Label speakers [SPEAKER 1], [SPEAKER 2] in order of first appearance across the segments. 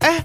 [SPEAKER 1] 哎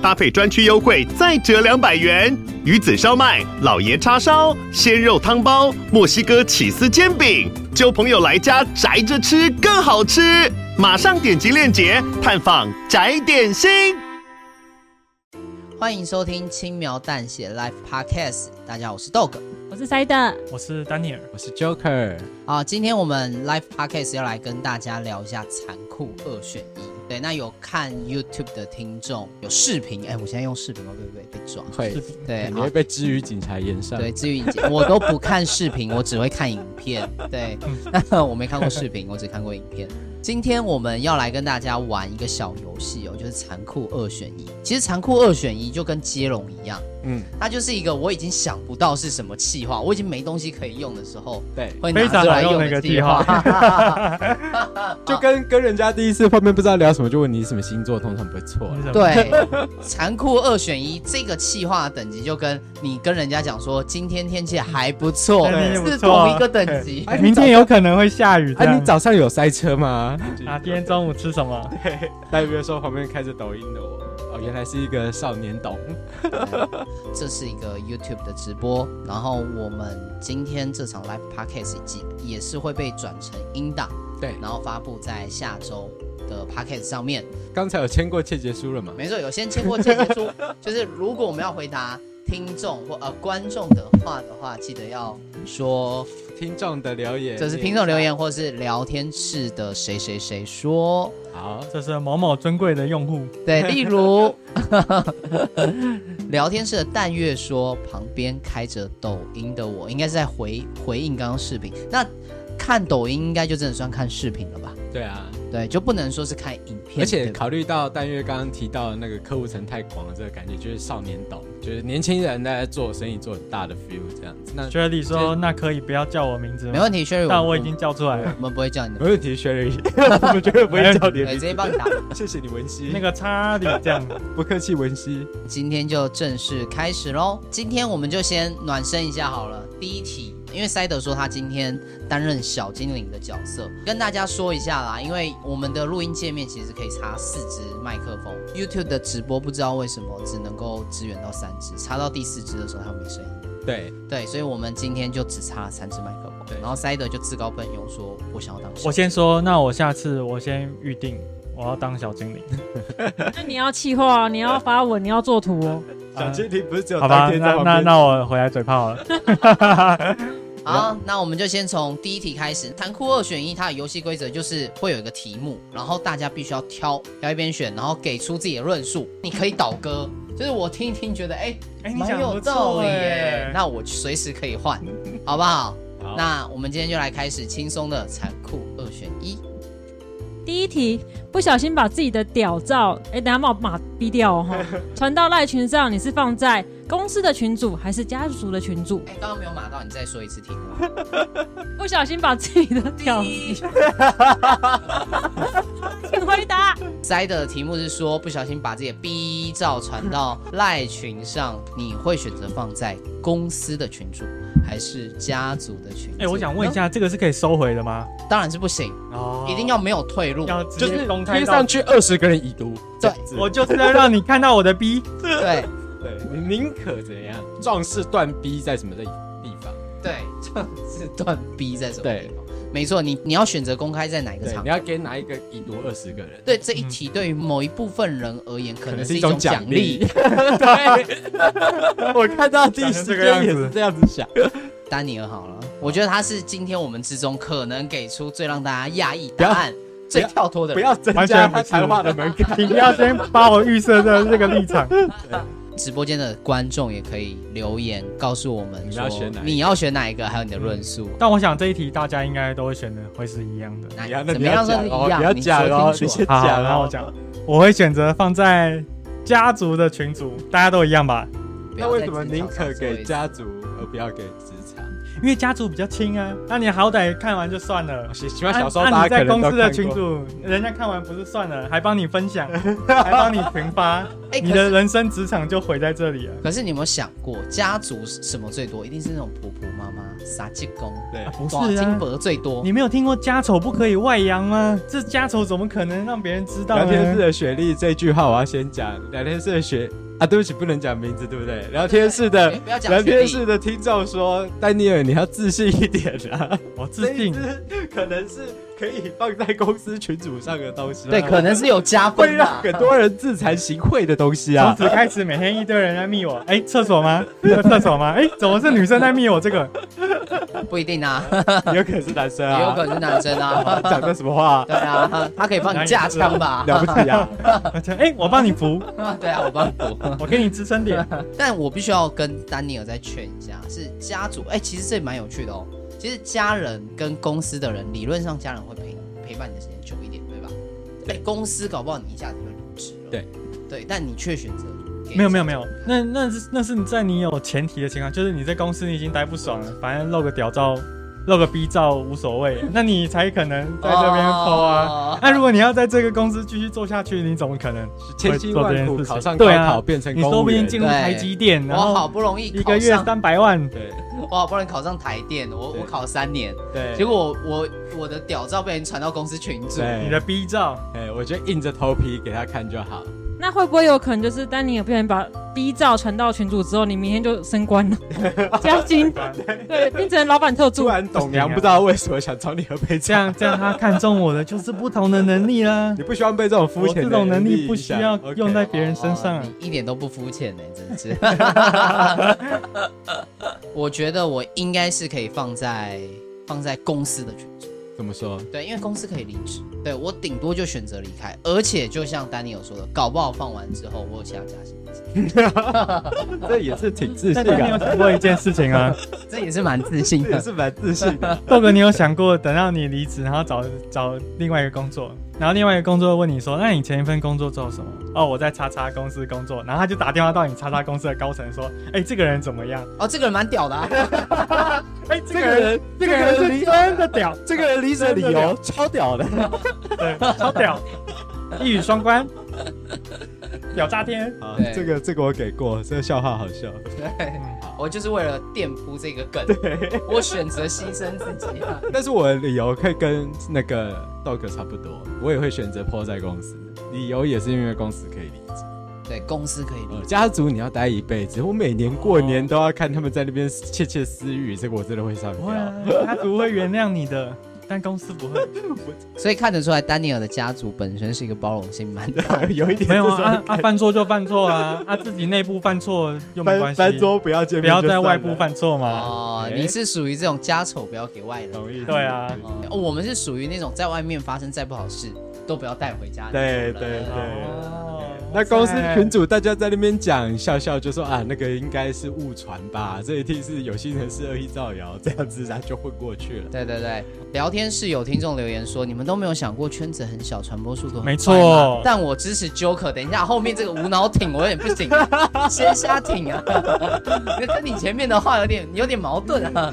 [SPEAKER 1] 搭配专区优惠再折两百元。鱼子烧麦、老爷叉烧、鲜肉汤包、墨西哥起司煎饼，就朋友来家宅着吃更好吃。马上点击链接探访宅点心。
[SPEAKER 2] 欢迎收听轻描淡写 Life Podcast，大家好，我是 Dog。
[SPEAKER 3] 我是 s 的，
[SPEAKER 4] 我是丹尼尔，
[SPEAKER 5] 我是 Joker，
[SPEAKER 2] 好，啊今天我们 Life Podcast 要来跟大家聊一下残酷二选一。对，那有看 YouTube 的听众有视频，哎，我现在用视频哦，对不对？被抓。
[SPEAKER 5] 会
[SPEAKER 4] 视频
[SPEAKER 2] 对，
[SPEAKER 5] 你
[SPEAKER 2] 好
[SPEAKER 5] 会，被之于警察延上。
[SPEAKER 2] 对，，至于影集我都不看视频，我只会看影片。对，我没看过视频，我只看过影片。今天我们要来跟大家玩一个小游戏哦，就是残酷二选一。其实残酷二选一就跟接龙一样，
[SPEAKER 5] 嗯，
[SPEAKER 2] 它就是一个我已经想不到是什么气话，我已经没东西可以用的时候，
[SPEAKER 5] 对，
[SPEAKER 2] 会拿出来用的计划。
[SPEAKER 5] 就跟跟人家第一次碰面不知道聊什么，就问你什么星座，通常不会错
[SPEAKER 4] 你
[SPEAKER 5] 啦。
[SPEAKER 4] 怎么，
[SPEAKER 2] 对，残酷二选一这个气化等级，就跟你跟人家讲说今天天气还不错，
[SPEAKER 4] 对
[SPEAKER 2] 是同一个等级。
[SPEAKER 5] 哎
[SPEAKER 4] 明天有可能会下雨。
[SPEAKER 2] 嗯
[SPEAKER 4] 这
[SPEAKER 5] 哎、
[SPEAKER 4] 样
[SPEAKER 5] 你早上有塞车吗？
[SPEAKER 4] 啊，今天中午吃什么？
[SPEAKER 5] 但比如说旁边开着抖音的我，哦，原来是一个少年懂。
[SPEAKER 2] 这是一个 YouTube 的直播，然后我们今天这场 Live Podcast 以及也是会被转成音档，
[SPEAKER 5] 对，
[SPEAKER 2] 然后发布在下周的 Podcast 上面。
[SPEAKER 5] 刚才有签过切结书了嘛？
[SPEAKER 2] 没错，有先签过切结 书，就是如果我们要回答听众或呃观众的话的话，记得要说
[SPEAKER 5] 听众的留言，
[SPEAKER 2] 这是听众留。言或是聊天室的谁谁谁 说，
[SPEAKER 5] 好，
[SPEAKER 4] 这是某某尊贵的用户，
[SPEAKER 2] 对，例如 聊天室的淡月说，旁边开着抖音的我，应该是在回回应刚刚视频。那看抖音应该就真的算看视频了吧？
[SPEAKER 5] 对啊，
[SPEAKER 2] 对，就不能说是看影片，
[SPEAKER 5] 而
[SPEAKER 2] 对
[SPEAKER 5] 且
[SPEAKER 2] 吧
[SPEAKER 5] 考虑到但月刚刚提到的那个客户层太广了，这个感觉就是少年懂，就是年轻人在做生意做很大的 feel 这样子。那
[SPEAKER 4] 雪莉说：“那可以不要叫我名字
[SPEAKER 2] 没
[SPEAKER 4] 吗
[SPEAKER 2] 问题，Sherry，？”
[SPEAKER 4] 但我已经叫出来了。
[SPEAKER 2] 我们不会叫你的，
[SPEAKER 5] 没问题，薛瑞， 我们绝对不会叫你
[SPEAKER 2] 对，直接帮你打。
[SPEAKER 5] 谢谢你，文熙。
[SPEAKER 4] 那个查理这 样，
[SPEAKER 5] 不客气，文熙。
[SPEAKER 2] 今天就正式开始喽。今天我们就先暖身一下好了。第一题，因为塞德说他今天担任小精灵的角色，跟大家说一下啦。因为我们的录音界面其实可以插四支麦克风，YouTube 的直播不知道为什么只能够支援到三支，插到第四支的时候它没声音。
[SPEAKER 5] 对，
[SPEAKER 2] 对，所以我们今天就只插了三支麦克风
[SPEAKER 5] 对。
[SPEAKER 2] 然后塞德就自告奋勇说：“我想要当
[SPEAKER 4] 我先说，那我下次我先预定，我要当小 精灵。
[SPEAKER 3] 就你要气化、你要发文，你要做图哦。
[SPEAKER 5] 小精灵不是只有
[SPEAKER 4] 好
[SPEAKER 5] 当
[SPEAKER 4] 吧，
[SPEAKER 5] 天在
[SPEAKER 4] 那
[SPEAKER 5] 旁
[SPEAKER 4] 那
[SPEAKER 5] 边，
[SPEAKER 4] 那我回来嘴炮 了。
[SPEAKER 2] 好，那我们就先从第一题开始。残酷二选一，它的游戏规则就是会有一个题目，然后大家必须要挑，挑一边选，然后给出自己的论述。你可以倒歌，就是我听一听，觉得哎，
[SPEAKER 4] 哎
[SPEAKER 2] 蛮、有道理耶，那我随时可以换，好不好？
[SPEAKER 5] 好
[SPEAKER 2] 那我们今天就来开始轻松的残酷二选一。
[SPEAKER 3] 第一题，不小心把自己的屌照，哎、等下把我马逼掉哦，哈传到赖群上，你是放在公司的群组还是家族的群组？
[SPEAKER 2] 哎、刚刚没有码到，你再说一次题目。啊
[SPEAKER 3] 不小心把自己的 屌，请回答。
[SPEAKER 2] 塞的题目是说，不小心把自己的 B 照传到赖群上，你会选择放在公司的群组还是家族的群组？
[SPEAKER 4] 哎，我想问一，下，这个是可以收回的吗？
[SPEAKER 2] 当然是不行，
[SPEAKER 4] 哦
[SPEAKER 2] 一定要没有退路。
[SPEAKER 4] 要直
[SPEAKER 5] 就
[SPEAKER 4] 接
[SPEAKER 5] 是
[SPEAKER 4] 公开
[SPEAKER 5] 贴
[SPEAKER 4] 到
[SPEAKER 5] 上去二十个人已读。这样子
[SPEAKER 4] 我就是要让你看到我的 逼。
[SPEAKER 2] 对
[SPEAKER 5] 对，你宁可怎样？壮士断臂在什么的地方？
[SPEAKER 2] 对，这样是断 B 在什么地
[SPEAKER 5] 对
[SPEAKER 2] 方？没错，你你要选择公开在哪一个
[SPEAKER 5] 对，
[SPEAKER 2] 场
[SPEAKER 5] 你？要给哪一个已读二十个人？
[SPEAKER 2] 对这一
[SPEAKER 4] 嗯
[SPEAKER 2] 题，对于某一部分人而言，可能是
[SPEAKER 5] 是
[SPEAKER 2] 一种
[SPEAKER 5] 奖
[SPEAKER 2] 奖励。。
[SPEAKER 5] 对，我看到第一时间也是这样子想。
[SPEAKER 2] 丹尼尔好了，我觉得他是今天我们之中可能给出最让大家讶异答案、最跳脱的
[SPEAKER 5] 不
[SPEAKER 2] 人。
[SPEAKER 5] 要增
[SPEAKER 4] 完
[SPEAKER 5] 加
[SPEAKER 4] 全不
[SPEAKER 5] 他
[SPEAKER 4] 是
[SPEAKER 5] 谈话的门槛。
[SPEAKER 4] 你不要先把我预设在这个立场。
[SPEAKER 2] 直播间的观众也可以留言告诉我们
[SPEAKER 5] 你
[SPEAKER 2] 说
[SPEAKER 5] 要选哪一个
[SPEAKER 2] 你要选哪一个，还有你的论述。
[SPEAKER 4] 但我想这一题大家应该都会选的会是一样的。
[SPEAKER 2] 哪
[SPEAKER 5] 你要那
[SPEAKER 2] 怎
[SPEAKER 5] 你
[SPEAKER 2] 么
[SPEAKER 5] 要
[SPEAKER 2] 样算是
[SPEAKER 5] 讲
[SPEAKER 2] 一
[SPEAKER 5] 哦，
[SPEAKER 2] 样？
[SPEAKER 5] 你要
[SPEAKER 2] 你
[SPEAKER 5] 讲哦
[SPEAKER 2] 说，
[SPEAKER 5] 你
[SPEAKER 2] 清楚
[SPEAKER 5] 先
[SPEAKER 2] 啊。
[SPEAKER 4] 好，
[SPEAKER 5] 讲
[SPEAKER 4] 然后我
[SPEAKER 5] 哦。
[SPEAKER 4] 讲，我会选择放在家族的群组，大家都一样吧？
[SPEAKER 2] 不
[SPEAKER 5] 那
[SPEAKER 2] 要
[SPEAKER 5] 为
[SPEAKER 2] 在
[SPEAKER 5] 什么
[SPEAKER 2] 职场
[SPEAKER 5] 宁可
[SPEAKER 2] 上做一次
[SPEAKER 5] 给家族而不要给职场？
[SPEAKER 4] 因为家族比较亲啊。那你好歹看完就算了。
[SPEAKER 5] 起起码哦小时候
[SPEAKER 4] 啊
[SPEAKER 5] 大
[SPEAKER 4] 你
[SPEAKER 5] 家可
[SPEAKER 4] 在
[SPEAKER 5] 能
[SPEAKER 4] 公
[SPEAKER 5] 都
[SPEAKER 4] 司的
[SPEAKER 5] 看
[SPEAKER 4] 群
[SPEAKER 5] 过。
[SPEAKER 4] 组，人家看完不是算了，还帮你分 享，还帮你群发，
[SPEAKER 2] 哎、
[SPEAKER 4] 你
[SPEAKER 2] 可
[SPEAKER 4] 的
[SPEAKER 2] 是
[SPEAKER 4] 人生职场就毁在这里了。
[SPEAKER 2] 可是你有没有想过，家族是什么最多？一定是那种婆婆妈妈、撒鸡公、
[SPEAKER 5] 对
[SPEAKER 4] 啊，不
[SPEAKER 2] 寡
[SPEAKER 4] 是
[SPEAKER 2] 金
[SPEAKER 4] 啊，
[SPEAKER 2] 箔最多。
[SPEAKER 4] 你没有听过家丑不可以外扬吗？这家丑怎么可能让别人知道
[SPEAKER 5] 聊天室
[SPEAKER 4] 呢？
[SPEAKER 5] 的学历这句话我要先讲。聊天室的学啊，对不起，不能讲名字，对不对？聊天室的
[SPEAKER 2] 哎不要讲
[SPEAKER 5] 聊天
[SPEAKER 2] 学
[SPEAKER 5] 室的听众说，丹尼尔，你要自信一点啊。
[SPEAKER 4] 我自信
[SPEAKER 5] 这，一支可能是可以放在公司群组上的东西
[SPEAKER 2] 历
[SPEAKER 5] 啊，
[SPEAKER 2] 对，可能是有加
[SPEAKER 5] 会
[SPEAKER 2] 分的
[SPEAKER 5] 让
[SPEAKER 2] 啊。
[SPEAKER 5] 很多人自惭形秽的东西
[SPEAKER 4] 从
[SPEAKER 5] 啊。
[SPEAKER 4] 此开始每天一堆人在密我，哎，厕所吗？有厕所吗？哎，怎么是女生在密我这个？
[SPEAKER 2] 不一定啊，
[SPEAKER 5] 也有可能是男生
[SPEAKER 2] 也有
[SPEAKER 5] 啊，
[SPEAKER 2] 可能是男生啊。
[SPEAKER 5] 讲的什么 话
[SPEAKER 2] 对啊，他可以帮你架枪吧？
[SPEAKER 5] 了不起啊？
[SPEAKER 4] 我讲哎，我帮你扶，
[SPEAKER 2] 对啊，我帮你补。
[SPEAKER 4] 我给你支撑点。
[SPEAKER 2] 但我必须要跟丹尼尔再劝一下，是家族，哎、其实这蛮有趣的哦。其实家人跟公司的人，理论上家人会陪陪伴你的时间久一点，对吧？哎、公司搞不好你一下子就离职了，
[SPEAKER 5] 对
[SPEAKER 2] 对，但你却选择给
[SPEAKER 4] 没有没有没有，那那是那是你在你有前提的情况，就是你在公司你已经待不爽了，反正露个屌照、露个逼照无所谓，那你才可能在这边抠啊。
[SPEAKER 2] 哦
[SPEAKER 4] 那如果你要在这个公司继续做下去，你怎么可能？
[SPEAKER 5] 千辛万苦考上高
[SPEAKER 4] 对啊
[SPEAKER 5] 考变成
[SPEAKER 4] 你
[SPEAKER 5] 公
[SPEAKER 4] 说
[SPEAKER 5] 务
[SPEAKER 4] 不定
[SPEAKER 5] 员，
[SPEAKER 4] 进入台积电，然
[SPEAKER 2] 我好
[SPEAKER 4] 后
[SPEAKER 2] 不容易
[SPEAKER 4] 一
[SPEAKER 2] 考
[SPEAKER 4] 个月
[SPEAKER 2] 上，
[SPEAKER 4] 三百万，
[SPEAKER 5] 对
[SPEAKER 2] 我好不容易考上台电，我
[SPEAKER 5] 对
[SPEAKER 2] 我考三年，
[SPEAKER 5] 对，
[SPEAKER 2] 结果我我我的屌照被人传到公司群组，
[SPEAKER 5] 对
[SPEAKER 4] 你的逼照，
[SPEAKER 5] 哎，我觉得硬着头皮给他看就好。
[SPEAKER 3] 那会不会有可能就是丹尼尔不小心把 B 照传到群组之后，你明天就升官了，加薪，对，变成老板特助
[SPEAKER 5] 突。然董娘不知道为什么想找你喝杯
[SPEAKER 4] 啊这
[SPEAKER 5] 茶，
[SPEAKER 4] 样这样他看中我的就是不同的能力啦
[SPEAKER 5] 你。不希望被这种肤
[SPEAKER 4] 我
[SPEAKER 5] 浅的
[SPEAKER 4] 这种能力
[SPEAKER 5] 影
[SPEAKER 4] 不需
[SPEAKER 5] 响
[SPEAKER 4] 要
[SPEAKER 5] OK
[SPEAKER 4] 用在别人身上啊
[SPEAKER 2] 哦，你一点都不肤浅呢，真 是。我觉得我应该是可以放在放在公司的群组，
[SPEAKER 5] 怎么说？
[SPEAKER 2] 对，因为公司可以离职，对我顶多就选择离开，而且就像丹尼尔说的，搞不好放完之后我有其他加薪，
[SPEAKER 5] 这也是挺自信
[SPEAKER 4] 但是你有
[SPEAKER 5] 的，
[SPEAKER 4] 想过一件事情 啊？
[SPEAKER 2] 这也是蛮自信
[SPEAKER 5] 这也
[SPEAKER 2] 的。
[SPEAKER 5] 是蛮自信的。
[SPEAKER 4] 豆哥，你有想过等到你离职，然后找找另外一个工作，然后另外一个工作问你说，那你前一份工作做什么？哦，我在叉叉公司工作，然后他就打电话到你叉叉公司的高层说，哎，这个人怎么样？
[SPEAKER 2] 哦，这个人蛮屌的、 啊，
[SPEAKER 4] 哎， 这
[SPEAKER 5] 这个人，
[SPEAKER 4] 这个人
[SPEAKER 5] 这
[SPEAKER 4] 是真的屌，
[SPEAKER 5] 这个人离职的理由超屌的，
[SPEAKER 4] 对，超屌，一语双 关，屌炸天。
[SPEAKER 5] 啊
[SPEAKER 2] 对
[SPEAKER 5] 这个这个我给过，这个笑话好笑。
[SPEAKER 2] 对我就是为了垫铺这个梗，我选择牺牲自己、啊。
[SPEAKER 5] 但是我的理由可以跟那个 Dog 差不多，我也会选择 PO 在公司，理由也是因为公司可以离职。
[SPEAKER 2] 对，公司可以离
[SPEAKER 5] 呃，家族你要待一辈子，我每年
[SPEAKER 4] 哦
[SPEAKER 5] 过年都要看他们在那边窃窃私语，这个我真的会上
[SPEAKER 4] 不
[SPEAKER 5] 吊
[SPEAKER 4] 会。啊，他不会原谅你的，但公司不会。
[SPEAKER 2] 所以看得出来，丹尼尔的家族本身是一个包容性蛮大的。
[SPEAKER 5] 有一点
[SPEAKER 4] 没有
[SPEAKER 5] 这种
[SPEAKER 4] 啊
[SPEAKER 5] 感，
[SPEAKER 4] 啊，犯错就犯错 啊，啊，自己内部犯错又没关
[SPEAKER 5] 翻
[SPEAKER 4] 系，啊
[SPEAKER 5] 翻桌不要见
[SPEAKER 4] 不
[SPEAKER 5] 面
[SPEAKER 4] 要
[SPEAKER 5] 就算了，
[SPEAKER 4] 在外部犯错嘛。
[SPEAKER 2] 哦，
[SPEAKER 5] 哎
[SPEAKER 2] 你是属于这种家丑不要给外人。
[SPEAKER 5] 同意。嗯
[SPEAKER 4] 对啊
[SPEAKER 2] 哦，我们是属于那种在外面发生再不好事都不要带回家。
[SPEAKER 5] 对对对。
[SPEAKER 4] 哦
[SPEAKER 5] 那公司群主大家在那边讲笑笑，就说啊，那个应该是误传吧，这一定是有心人士恶意造谣，这样子然后就混过去了。
[SPEAKER 2] 对对对，聊天室有听众留言说，你们都没有想过圈子很小，传播速度很
[SPEAKER 4] 没
[SPEAKER 2] 快吗
[SPEAKER 4] 错
[SPEAKER 2] 但我支持 Joker。等一下，后面这个无脑挺我有点不行，先瞎挺啊。 那跟你前面的话有点有点矛盾啊。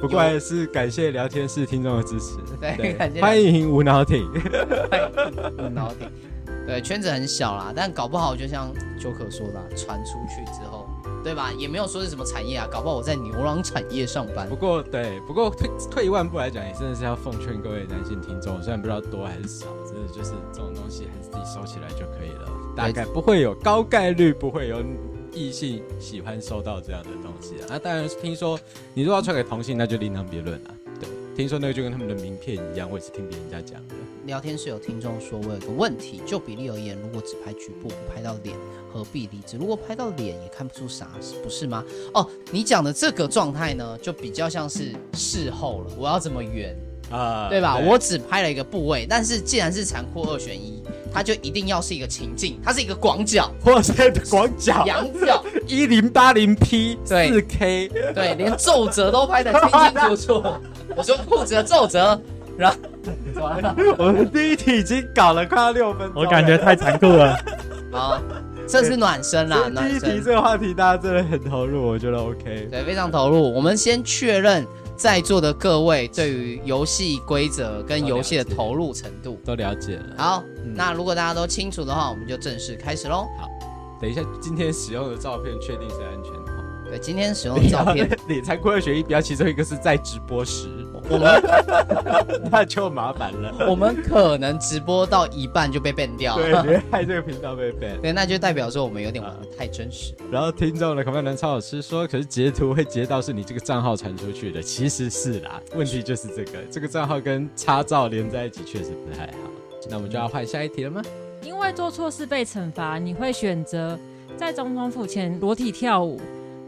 [SPEAKER 5] 不过还是感谢聊天室听众的支持，
[SPEAKER 2] 对感谢
[SPEAKER 5] 欢迎无脑挺，
[SPEAKER 2] 无脑挺。 对，圈子很小啦，但搞不好就像 Joker 说的啊、传出去之后，对吧？也没有说是什么产业啊，搞不好我在牛郎产业上班
[SPEAKER 5] 不。过对，不过退退一万步来讲，也真的是要奉劝各位男性听众，虽然不知道多还是少，真的就是这种东西还是自己收起来就可以了，大概不会有高概率不会有异性喜欢收到这样的东西啊。啊当然，听说你如果要传给同性，那就另当别论了、对，听说那个就跟他们的名片一样，我也是听别人家讲的。
[SPEAKER 2] 聊天室有听众说，我有个问题，就比例而言，如果只拍局部不拍到脸，何必离职？如果拍到脸也看不出啥，不是吗？哦，你讲的这个状态呢，就比较像是事后了，我要怎么圆，
[SPEAKER 5] 啊、
[SPEAKER 2] 对吧？我只拍了一个部位，但是既然是残酷二选一，它就一定要是一个情境，它是一个广角、
[SPEAKER 5] 哇塞，广角
[SPEAKER 2] 仰角，
[SPEAKER 5] 一零八零 P
[SPEAKER 2] 对
[SPEAKER 5] 四 K，
[SPEAKER 2] 对，连皱褶都拍得清清楚楚。我说裤子的皱褶，然 后怎
[SPEAKER 5] 啊
[SPEAKER 2] 么了？
[SPEAKER 5] 我们第一题已经搞了快要六分钟 了，
[SPEAKER 4] 我感觉太残酷了。
[SPEAKER 2] 好，啊这是暖身啦，
[SPEAKER 5] 第
[SPEAKER 2] 暖
[SPEAKER 5] 一题
[SPEAKER 2] 身
[SPEAKER 5] 这个话题大家真的很投入，我觉得 OK。
[SPEAKER 2] 对非常投入。我们先确认在座的各位对于游戏规则跟游戏的投入程度。
[SPEAKER 5] 都了解了。
[SPEAKER 2] 好，
[SPEAKER 5] 哦嗯
[SPEAKER 2] 那如果大家都清楚的话，我们就正式开始喽。
[SPEAKER 5] 等一下，今天使用的照片确定是安全的吗。
[SPEAKER 2] 对，今天使用的照片，
[SPEAKER 5] 理财规划学一标其中一个是在直播时，
[SPEAKER 2] 我们
[SPEAKER 5] 那就麻烦了。
[SPEAKER 2] 我们可能直播到一半就被 ban 掉
[SPEAKER 5] 对，
[SPEAKER 2] 了。
[SPEAKER 5] 你会害这个频道被 ban。
[SPEAKER 2] 对，那就代表说我们有点玩的太真实。
[SPEAKER 5] 然后听众的口味南超老师说，可是截图会截到是你这个账号传出去的，其实是啦。问题就是这个，这个账号跟插照连在一起确实不太好。那我们就要换下一题了吗？
[SPEAKER 3] 因为做错事被惩罚，你会选择在总统府前裸体跳舞，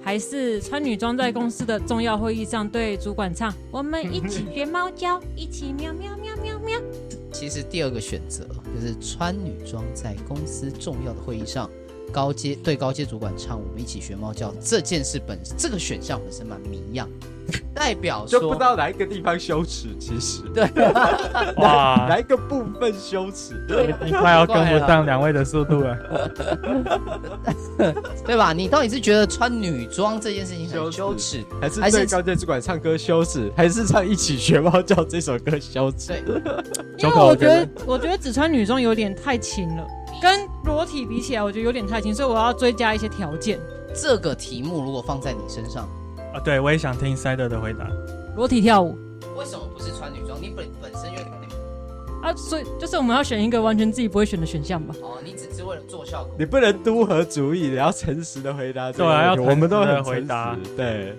[SPEAKER 3] 还是穿女装在公司的重要会议上对主管唱“我们一起学猫叫，一起喵喵喵喵 喵
[SPEAKER 2] 其实第二个选择就是穿女装在公司重要的会议上，高阶对高阶主管唱“我们一起学猫叫”这件事本这个选项本身蛮迷样， 代表
[SPEAKER 5] 就不
[SPEAKER 2] 说
[SPEAKER 5] 知道哪一个地方羞耻，其实
[SPEAKER 4] 哇啊
[SPEAKER 5] 哪，一个部分羞耻。
[SPEAKER 4] 你快要跟不上两位的速度 了。
[SPEAKER 2] 对吧？你到底是觉得穿女装这件事情很
[SPEAKER 5] 羞
[SPEAKER 2] 羞
[SPEAKER 5] 耻
[SPEAKER 2] 耻，
[SPEAKER 5] 还是
[SPEAKER 2] 还是
[SPEAKER 5] 对高阶主管唱歌羞耻，还是唱《一起学猫叫》这首歌羞耻？
[SPEAKER 2] 对，”。
[SPEAKER 3] 因
[SPEAKER 5] 小
[SPEAKER 3] 为
[SPEAKER 5] 可
[SPEAKER 3] 我
[SPEAKER 5] 我
[SPEAKER 3] 觉
[SPEAKER 5] 觉得
[SPEAKER 3] 得，我觉得只穿女装有点太轻了，跟裸体比起来，我觉得有点太轻，所以我要追加一些条件。
[SPEAKER 2] 这个题目如果放在你身上，
[SPEAKER 4] 啊，对，我也想听 Side 的回答。
[SPEAKER 3] 裸体跳舞
[SPEAKER 2] 为什么不是穿女装？你本本身有点
[SPEAKER 3] 啊，所以就是我们要选一个完全自己不会选的选项吧。
[SPEAKER 2] 哦，你只是为了做效果
[SPEAKER 5] 你不能都合主义，你要诚实的回答这个问题。
[SPEAKER 4] 对啊要诚实地
[SPEAKER 5] 我们都很
[SPEAKER 4] 回答
[SPEAKER 5] 诚实。对，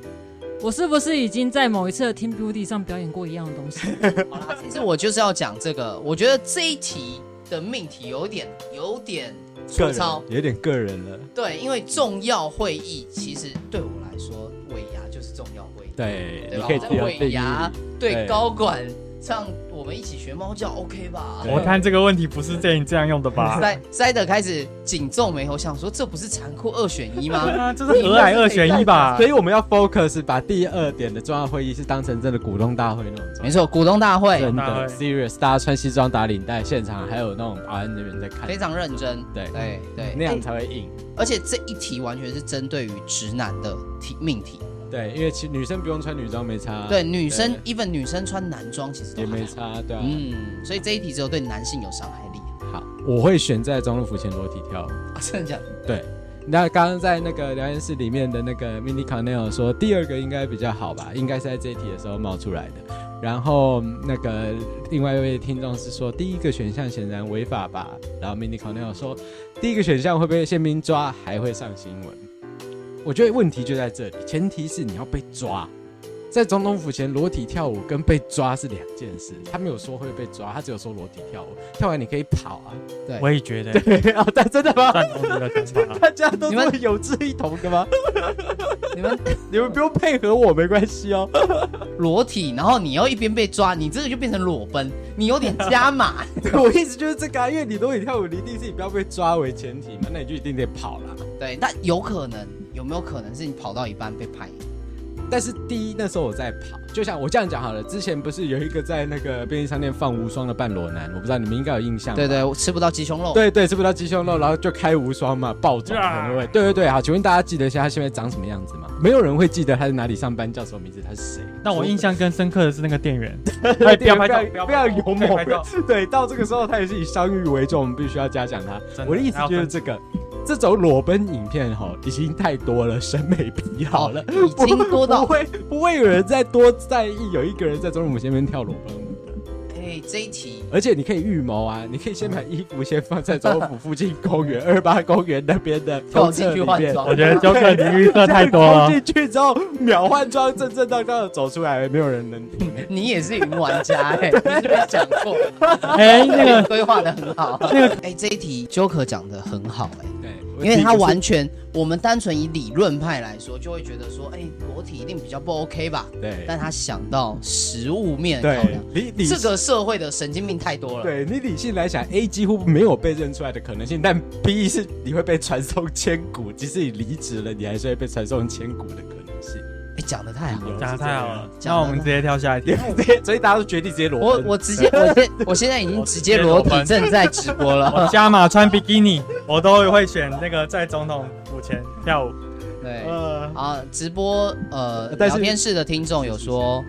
[SPEAKER 3] 我是不是已经在某一次的 Team Beauty 上表演过一样的东 西？
[SPEAKER 2] 好啦，其实我就是要讲这个，我觉得这一题的命题有点有点
[SPEAKER 5] 个
[SPEAKER 2] 粗
[SPEAKER 5] 人
[SPEAKER 2] 糙。
[SPEAKER 5] 有点个人了。
[SPEAKER 2] 对，因为重要会议其实对我来说，尾牙就是重要会议。
[SPEAKER 5] 对，
[SPEAKER 2] 对
[SPEAKER 5] 你
[SPEAKER 2] 吧？
[SPEAKER 5] 可以
[SPEAKER 2] 我在
[SPEAKER 5] 自由定
[SPEAKER 2] 尾
[SPEAKER 5] 义
[SPEAKER 2] 牙
[SPEAKER 5] 对
[SPEAKER 2] 对高管唱我们一起学猫叫，OK 吧？
[SPEAKER 5] 对
[SPEAKER 4] 我看这个问题不是建议这样用的 吧？
[SPEAKER 2] 塞塞德开始紧皱眉头，想说这不是残酷二选一吗？
[SPEAKER 4] 啊，啊这是和蔼二选一吧
[SPEAKER 5] 所？以我们要 focus 把第二点的重要会议是当成真的股东大会那种状
[SPEAKER 2] 没错，股东大
[SPEAKER 5] 态，
[SPEAKER 2] 会
[SPEAKER 5] 真
[SPEAKER 4] 大会
[SPEAKER 5] 的 serious，大家穿西装打领带，现场还有那种保安人员在看
[SPEAKER 2] 非，常认真。
[SPEAKER 5] 对
[SPEAKER 2] 对对，
[SPEAKER 5] 那
[SPEAKER 2] 哎
[SPEAKER 5] 样才会硬。
[SPEAKER 2] 而且这一题完全是针对于直男的题命题。
[SPEAKER 5] 对，因为其女生不用穿女装没差，
[SPEAKER 2] 对，女生 even 女生穿男装其实都
[SPEAKER 5] 啊也
[SPEAKER 2] 还
[SPEAKER 5] 没
[SPEAKER 2] 好
[SPEAKER 5] 差，对啊。
[SPEAKER 2] 嗯，所以这一题只有对男性有伤害力。
[SPEAKER 5] 好，我会选在中路府前裸体跳舞。
[SPEAKER 2] 啊真的假的？
[SPEAKER 5] 对，那刚刚在那个聊天室里面的那个 Mini Cornell 说，第二个应该比较好吧，应该是在这一题的时候冒出来的。然后那个另外一位听众是说，第一个选项显然违法吧。然后 Mini Cornell 说，第一个选项会被宪兵抓，还会上新闻。我觉得问题就在这里，前提是你要被抓。在总统府前裸体跳舞跟被抓是两件事，他没有说会被抓，他只有说裸体跳舞，跳完你可以跑啊。
[SPEAKER 2] 对，
[SPEAKER 4] 我也觉得
[SPEAKER 5] 哦，但真的吗？
[SPEAKER 4] 赞同你的想法。
[SPEAKER 5] 大家都
[SPEAKER 2] 你们
[SPEAKER 5] 这么有志一同的吗？
[SPEAKER 2] 你们
[SPEAKER 5] 你们不用配合我，没关 系哦。
[SPEAKER 2] 裸体，然后你要一边被抓，你这个就变成裸奔，你有点加 码。
[SPEAKER 5] 我意思就是这个、啊，因为你如果你跳舞，你一定是你不要被抓为前提嘛，那你就一定得跑啦。
[SPEAKER 2] 对，但有可能有没有可能是你跑到一半被拍？
[SPEAKER 5] 但是第一，那时候我在跑，就像我这样讲好了，之前不是有一个在那个便利商店放无双的半裸男，我不知道你们应该有印象吧。
[SPEAKER 2] 对对，我吃不到鸡胸肉。，
[SPEAKER 5] 对对，吃不到鸡胸肉，然后就开无双嘛，暴 走
[SPEAKER 4] 啊
[SPEAKER 5] 对不对？对对对，好，请问大家记得一下他现在长什么样子吗？没有人会记得他在哪里上班，叫什么名字，他是谁。
[SPEAKER 4] 那我印象更深刻的是那个店员，哎不要拍照，
[SPEAKER 5] 不要不要勇
[SPEAKER 4] 不要
[SPEAKER 5] 猛
[SPEAKER 4] 拍照。
[SPEAKER 5] 对，到这个时候他也是以商誉为重，我们必须要嘉奖他
[SPEAKER 4] 真。的
[SPEAKER 5] 我的意思就是这个，这种裸奔影片哈已经太多了，审美疲劳了，
[SPEAKER 2] 已经多
[SPEAKER 5] 不
[SPEAKER 2] 到
[SPEAKER 5] 会不会有人再多在意有一个人在中午前面跳裸奔舞的。
[SPEAKER 2] 哎，这一题
[SPEAKER 5] 而且你可以预谋啊，你可以先把衣服先放在中府附近公园、二八公园那边的
[SPEAKER 2] 跳
[SPEAKER 5] 公厕
[SPEAKER 2] 进去
[SPEAKER 5] 里
[SPEAKER 2] 换
[SPEAKER 5] 面。
[SPEAKER 2] 装，
[SPEAKER 4] 我觉得焦克你预测太多
[SPEAKER 5] 这样
[SPEAKER 4] 了
[SPEAKER 5] 冲。进去之后秒换装，正正当当的走出来，没有人能停。
[SPEAKER 2] 你也是云玩家哎、 你是不是讲过？
[SPEAKER 4] 哎，那个
[SPEAKER 2] 规划的很好。那个哎，这一题 Joker 讲的很好哎、
[SPEAKER 5] 对，
[SPEAKER 2] 因为他完全，我们单纯以理论派来说，就会觉得说，哎、裸体一定比较不 OK 吧？
[SPEAKER 5] 对
[SPEAKER 2] 但他想到实物面的考
[SPEAKER 5] 对
[SPEAKER 2] 量，
[SPEAKER 5] 理理
[SPEAKER 2] 这个社会的神经病太多了。，
[SPEAKER 5] 对你理性来想，A 几乎没有被认出来的可能性，但 B 是你会被传送千古，即使你离职了，你还是会被传送千古的可能性。
[SPEAKER 2] 诶哎讲的太好了。
[SPEAKER 5] 有
[SPEAKER 4] 讲的太好了，
[SPEAKER 2] 讲得
[SPEAKER 4] 那我们直接跳下一题。
[SPEAKER 5] 直接所以大家都决定直接裸
[SPEAKER 2] 我
[SPEAKER 5] 奔
[SPEAKER 2] 我直接我现我现在已经直接裸体正在直播
[SPEAKER 4] 我
[SPEAKER 2] 了。
[SPEAKER 4] 加码穿比基尼，我都会选那个在总统府前跳舞。
[SPEAKER 2] 对，
[SPEAKER 4] 呃，
[SPEAKER 2] 啊，直播呃
[SPEAKER 5] 但是
[SPEAKER 2] 聊天室的听众有说，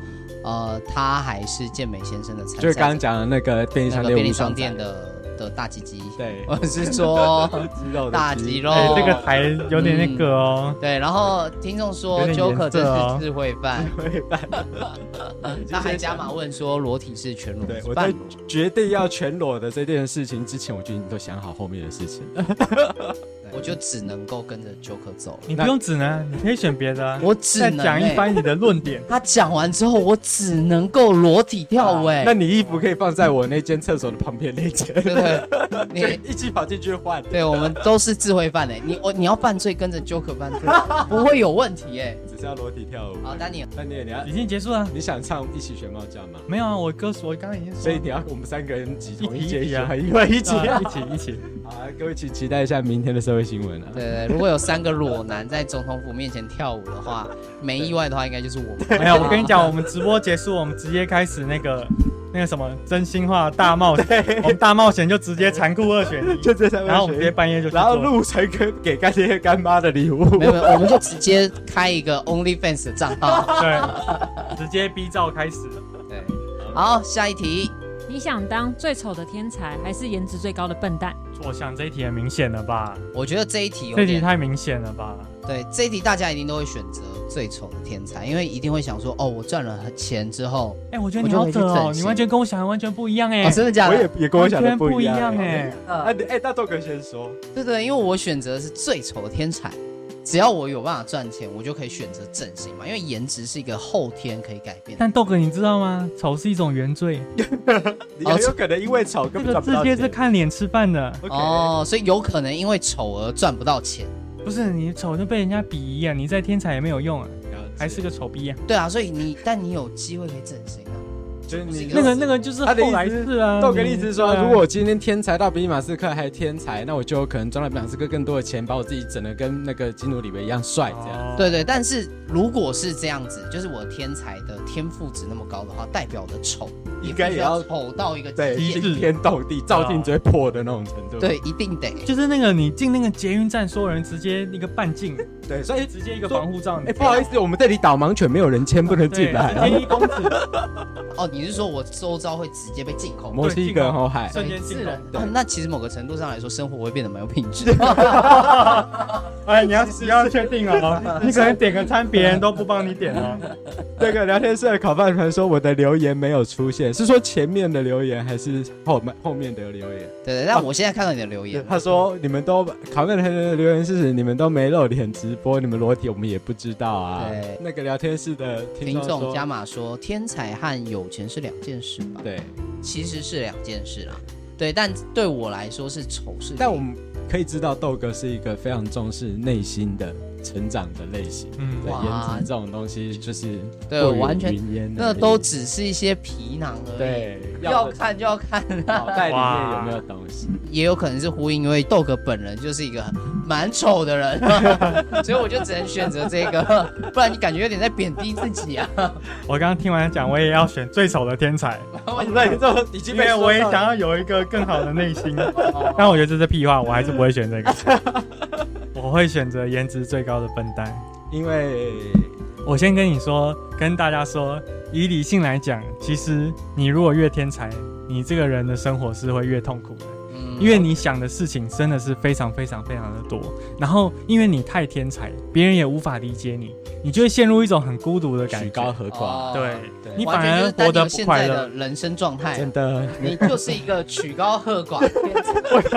[SPEAKER 2] 呃，他还是健美先生的参赛者，
[SPEAKER 5] 就是刚刚讲的那个便利
[SPEAKER 2] 那
[SPEAKER 5] 商
[SPEAKER 2] 个
[SPEAKER 5] 店，
[SPEAKER 2] 便利商店，的的大鸡鸡，
[SPEAKER 5] 对，
[SPEAKER 2] 我是说
[SPEAKER 5] 肌哦肉的
[SPEAKER 2] 大肌肉
[SPEAKER 4] 哎、
[SPEAKER 2] 哦嗯
[SPEAKER 4] 这个台有点那个哦。
[SPEAKER 2] 对，然后听众说
[SPEAKER 4] 有点颜
[SPEAKER 2] Joker 真
[SPEAKER 4] 色哦
[SPEAKER 2] 是智慧犯，
[SPEAKER 5] 会办。
[SPEAKER 2] 他还加码问说裸体是全裸，
[SPEAKER 5] 对，我
[SPEAKER 2] 半
[SPEAKER 5] 在
[SPEAKER 2] 裸
[SPEAKER 5] 决定要全裸的这件事情之前，我就已经都想好后面的事情了。
[SPEAKER 2] 我就只能够跟着 Joker 走了，
[SPEAKER 4] 你不用指南，你可以选别的、啊。
[SPEAKER 2] 我只
[SPEAKER 4] 再
[SPEAKER 2] 能
[SPEAKER 4] 讲一
[SPEAKER 2] 欸
[SPEAKER 4] 番你的论点。
[SPEAKER 2] 他讲完之后，我只能够裸体跳舞、
[SPEAKER 4] 啊
[SPEAKER 2] 欸。
[SPEAKER 5] 那你衣服可以放在我那间厕所的旁边那 间，
[SPEAKER 2] 对对，
[SPEAKER 5] 就
[SPEAKER 2] 你
[SPEAKER 5] 一起跑进去换。
[SPEAKER 2] 对我们都是智慧犯哎、你我你要犯罪跟着 Joker 犯罪， 不会有问题哎、
[SPEAKER 5] 只是要裸体跳舞。
[SPEAKER 2] 好，丹尼尔，
[SPEAKER 5] 那你你要
[SPEAKER 4] 已经结束了？
[SPEAKER 5] 你想唱一起学猫叫吗？
[SPEAKER 4] 没有啊，我歌手我刚刚已经说了。
[SPEAKER 5] 所以你要我们三个人集同
[SPEAKER 4] 一
[SPEAKER 5] 一
[SPEAKER 4] 起
[SPEAKER 5] 节
[SPEAKER 4] 一起啊
[SPEAKER 5] 一起一起
[SPEAKER 4] 啊
[SPEAKER 5] 啊
[SPEAKER 4] 一起一起。
[SPEAKER 5] 好啊！各位请期待一下明天的社会新闻啊！
[SPEAKER 2] 对对，如果有三个裸男在总统府面前跳舞的话，没意外的话，应该就是我们。
[SPEAKER 4] 没有，我跟你讲，我们直播结束，我们直接开始那个那个什么真心话大冒险。我们大冒险就直接残酷 二选一，
[SPEAKER 5] 就这三位
[SPEAKER 4] 然后我们直接
[SPEAKER 5] 学
[SPEAKER 4] 半夜就去
[SPEAKER 5] 然后
[SPEAKER 4] 做
[SPEAKER 5] 陆晨跟给干爹干妈的礼物，
[SPEAKER 2] 没有没有，我们就直接开一个 OnlyFans 的账号。
[SPEAKER 4] 对，直接逼照开始。
[SPEAKER 2] 对，好，下一题，
[SPEAKER 3] 你想当最丑的天才，还是颜值最高的笨蛋？
[SPEAKER 4] 我想这一题很明显了吧？
[SPEAKER 2] 我觉得这一题有
[SPEAKER 4] 这题
[SPEAKER 2] 点
[SPEAKER 4] 太明显了吧？
[SPEAKER 2] 对，这一题大家一定都会选择最丑的天才，因为一定会想说，哦，我赚了钱之后，
[SPEAKER 4] 哎、我觉得
[SPEAKER 2] 我
[SPEAKER 4] 你
[SPEAKER 2] 就
[SPEAKER 4] 好
[SPEAKER 2] 回去
[SPEAKER 4] 扯哦，
[SPEAKER 2] 整
[SPEAKER 4] 你
[SPEAKER 2] 形
[SPEAKER 4] 完全跟我想的完全不一样哎、
[SPEAKER 2] 哦，真的假
[SPEAKER 5] 我
[SPEAKER 2] 的
[SPEAKER 5] 也？也跟我想的
[SPEAKER 4] 完全不
[SPEAKER 5] 一
[SPEAKER 4] 样哎、
[SPEAKER 5] 哎。
[SPEAKER 2] 呃
[SPEAKER 5] 啊，你哎，那豆哥先说，
[SPEAKER 2] 对对，因为我选择的是最丑的天才，只要我有办法赚钱，我就可以选择整形嘛，因为颜值是一个后天可以改变的。
[SPEAKER 4] 但豆哥，你知道吗？丑是一种原罪，
[SPEAKER 5] 你很有可能因为吵
[SPEAKER 4] 哦这
[SPEAKER 5] 根本
[SPEAKER 4] 个
[SPEAKER 5] 赚不
[SPEAKER 4] 世
[SPEAKER 5] 到
[SPEAKER 4] 界
[SPEAKER 5] 钱。
[SPEAKER 4] 是看脸吃饭的，
[SPEAKER 5] OK，
[SPEAKER 2] 哦，所以有可能因为丑而赚不到钱。
[SPEAKER 4] 不是你丑就被人家鄙夷啊！你再天才也没有用啊，
[SPEAKER 5] 了解
[SPEAKER 4] 还是个丑逼啊！
[SPEAKER 2] 对啊，所以你但你有机会可以整形啊。
[SPEAKER 5] 就是你
[SPEAKER 4] 那个那个就是
[SPEAKER 5] 他的意
[SPEAKER 4] 后
[SPEAKER 5] 思
[SPEAKER 4] 来
[SPEAKER 5] 是
[SPEAKER 4] 是啊，
[SPEAKER 5] 豆哥的意思是说，
[SPEAKER 4] 对啊
[SPEAKER 5] 如果我今天天才到比马斯克还天才，那我就有可能赚了比马斯克更多的钱，把我自己整的跟那个基努里维一样帅这样。
[SPEAKER 4] 哦
[SPEAKER 2] 对对，但是如果是这样子，就是我天才的天赋值那么高的话，代表我的丑
[SPEAKER 5] 应该
[SPEAKER 2] 必
[SPEAKER 5] 也
[SPEAKER 2] 须
[SPEAKER 5] 要
[SPEAKER 2] 要丑到一个
[SPEAKER 5] 对，
[SPEAKER 2] 极
[SPEAKER 4] 致
[SPEAKER 2] 限。
[SPEAKER 5] 惊天动地，照镜子会破的那种程度。
[SPEAKER 2] 对，一定得。
[SPEAKER 4] 就是那个你进那个捷运站，所有人直接一个半径，
[SPEAKER 5] 对， 所以
[SPEAKER 4] 直接一个防护罩，
[SPEAKER 5] 哎、不好意思，我们这里导盲犬没有人签，不能
[SPEAKER 4] 对，
[SPEAKER 5] 进来、
[SPEAKER 4] 直接一公尺，
[SPEAKER 2] 哦，你是说我周遭会直接被进口？
[SPEAKER 5] 墨西哥后海，
[SPEAKER 4] 瞬间
[SPEAKER 2] 自
[SPEAKER 4] 进
[SPEAKER 2] 然
[SPEAKER 4] 来。、
[SPEAKER 5] 对
[SPEAKER 2] 哦那其实某个程度上来说，生活会变得蛮有品质的。
[SPEAKER 4] 哎，你要你要确定哦，你可能点个餐，别人都不帮你点哦。
[SPEAKER 5] 那个聊天室的烤饭团说我的留言没有出现，是说前面的留言还是后面后面的留言？
[SPEAKER 2] 对对，但我现在看到你的留言，啊
[SPEAKER 5] 他说你们都烤饭团的留言是指你们都没露脸直播，你们裸体我们也不知道啊。
[SPEAKER 2] 对
[SPEAKER 5] 那个聊天室的听
[SPEAKER 2] 听
[SPEAKER 5] 众
[SPEAKER 2] 众
[SPEAKER 5] 说，
[SPEAKER 2] 加码说，天才和有钱是两件事吧？，
[SPEAKER 5] 对，
[SPEAKER 2] 其实是两件事啦。对，但对我来说是丑事。
[SPEAKER 5] 但我们可以知道豆哥是一个非常重视内心的成长的类型。
[SPEAKER 4] 嗯，
[SPEAKER 5] 对，
[SPEAKER 2] 哇
[SPEAKER 5] 颜值这种东西就是
[SPEAKER 2] 对
[SPEAKER 5] 过于
[SPEAKER 2] 完全
[SPEAKER 5] 云烟而
[SPEAKER 2] 那
[SPEAKER 5] 已
[SPEAKER 2] 都只是一些皮囊而已。，
[SPEAKER 5] 对，
[SPEAKER 2] 要
[SPEAKER 5] 的是
[SPEAKER 2] 看就要看，
[SPEAKER 5] 脑袋里面有没有东西？
[SPEAKER 2] 也有可能是呼应，因为豆哥本人就是一个蛮丑的人， 所以我就只能选择这个，不然你感觉有点在贬低自己啊。
[SPEAKER 4] 我刚刚听完讲，我也要选最丑的天才，
[SPEAKER 5] 那你这已经
[SPEAKER 4] 因
[SPEAKER 5] 被
[SPEAKER 4] 为
[SPEAKER 5] 说到
[SPEAKER 4] 我也想要有一个更好的内心。
[SPEAKER 5] 哦
[SPEAKER 4] 但我觉得这是屁话，我还是不会选这个。 我会选择颜值最高的笨蛋。
[SPEAKER 5] 因为
[SPEAKER 4] 我先跟你说，跟大家说，以理性来讲，其实你如果越天才，你这个人的生活是会越痛苦的。
[SPEAKER 2] 嗯
[SPEAKER 4] 因为你想的事情真的是非常非常非常的多，然后因为你太天才，别人也无法理解你，你就会陷入一种很孤独的感
[SPEAKER 5] 举
[SPEAKER 4] 觉。
[SPEAKER 5] 高和寡，
[SPEAKER 2] 哦
[SPEAKER 4] 对，
[SPEAKER 5] 对
[SPEAKER 4] 你
[SPEAKER 2] 完
[SPEAKER 4] 反
[SPEAKER 2] 全就
[SPEAKER 4] 而
[SPEAKER 2] 是丹
[SPEAKER 4] 活
[SPEAKER 2] 尼
[SPEAKER 4] 得
[SPEAKER 2] 尔
[SPEAKER 4] 不
[SPEAKER 2] 现
[SPEAKER 4] 快
[SPEAKER 2] 在
[SPEAKER 4] 乐
[SPEAKER 2] 的。人生状态啊
[SPEAKER 5] 真。的，
[SPEAKER 2] 你就是一个曲高和 寡的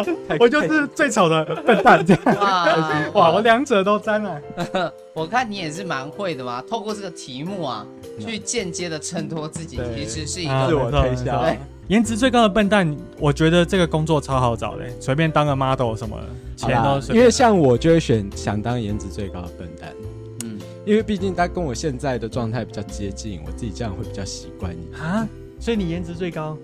[SPEAKER 2] 天才
[SPEAKER 4] 我就是最丑的笨蛋，这样
[SPEAKER 2] 哇
[SPEAKER 4] 哇，我两者都沾啊了。
[SPEAKER 2] 我看你也是蛮会的嘛，透过这个题目啊，
[SPEAKER 5] 嗯
[SPEAKER 2] 去间接的衬托自己
[SPEAKER 5] 对
[SPEAKER 2] 其实是一
[SPEAKER 4] 啊
[SPEAKER 2] 个
[SPEAKER 5] 自我推销
[SPEAKER 2] 对。
[SPEAKER 4] 颜值最高的笨蛋，我觉得这个工作超好找的，随便当个 model 什么的，
[SPEAKER 5] 好
[SPEAKER 4] 钱
[SPEAKER 5] 啦
[SPEAKER 4] 都随便。
[SPEAKER 5] 因为像我就会选想当颜值最高的笨蛋，
[SPEAKER 2] 嗯，
[SPEAKER 5] 因为毕竟他跟我现在的状态比较接近，我自己这样会比较习惯一点。
[SPEAKER 4] 啊，所以你颜值最高，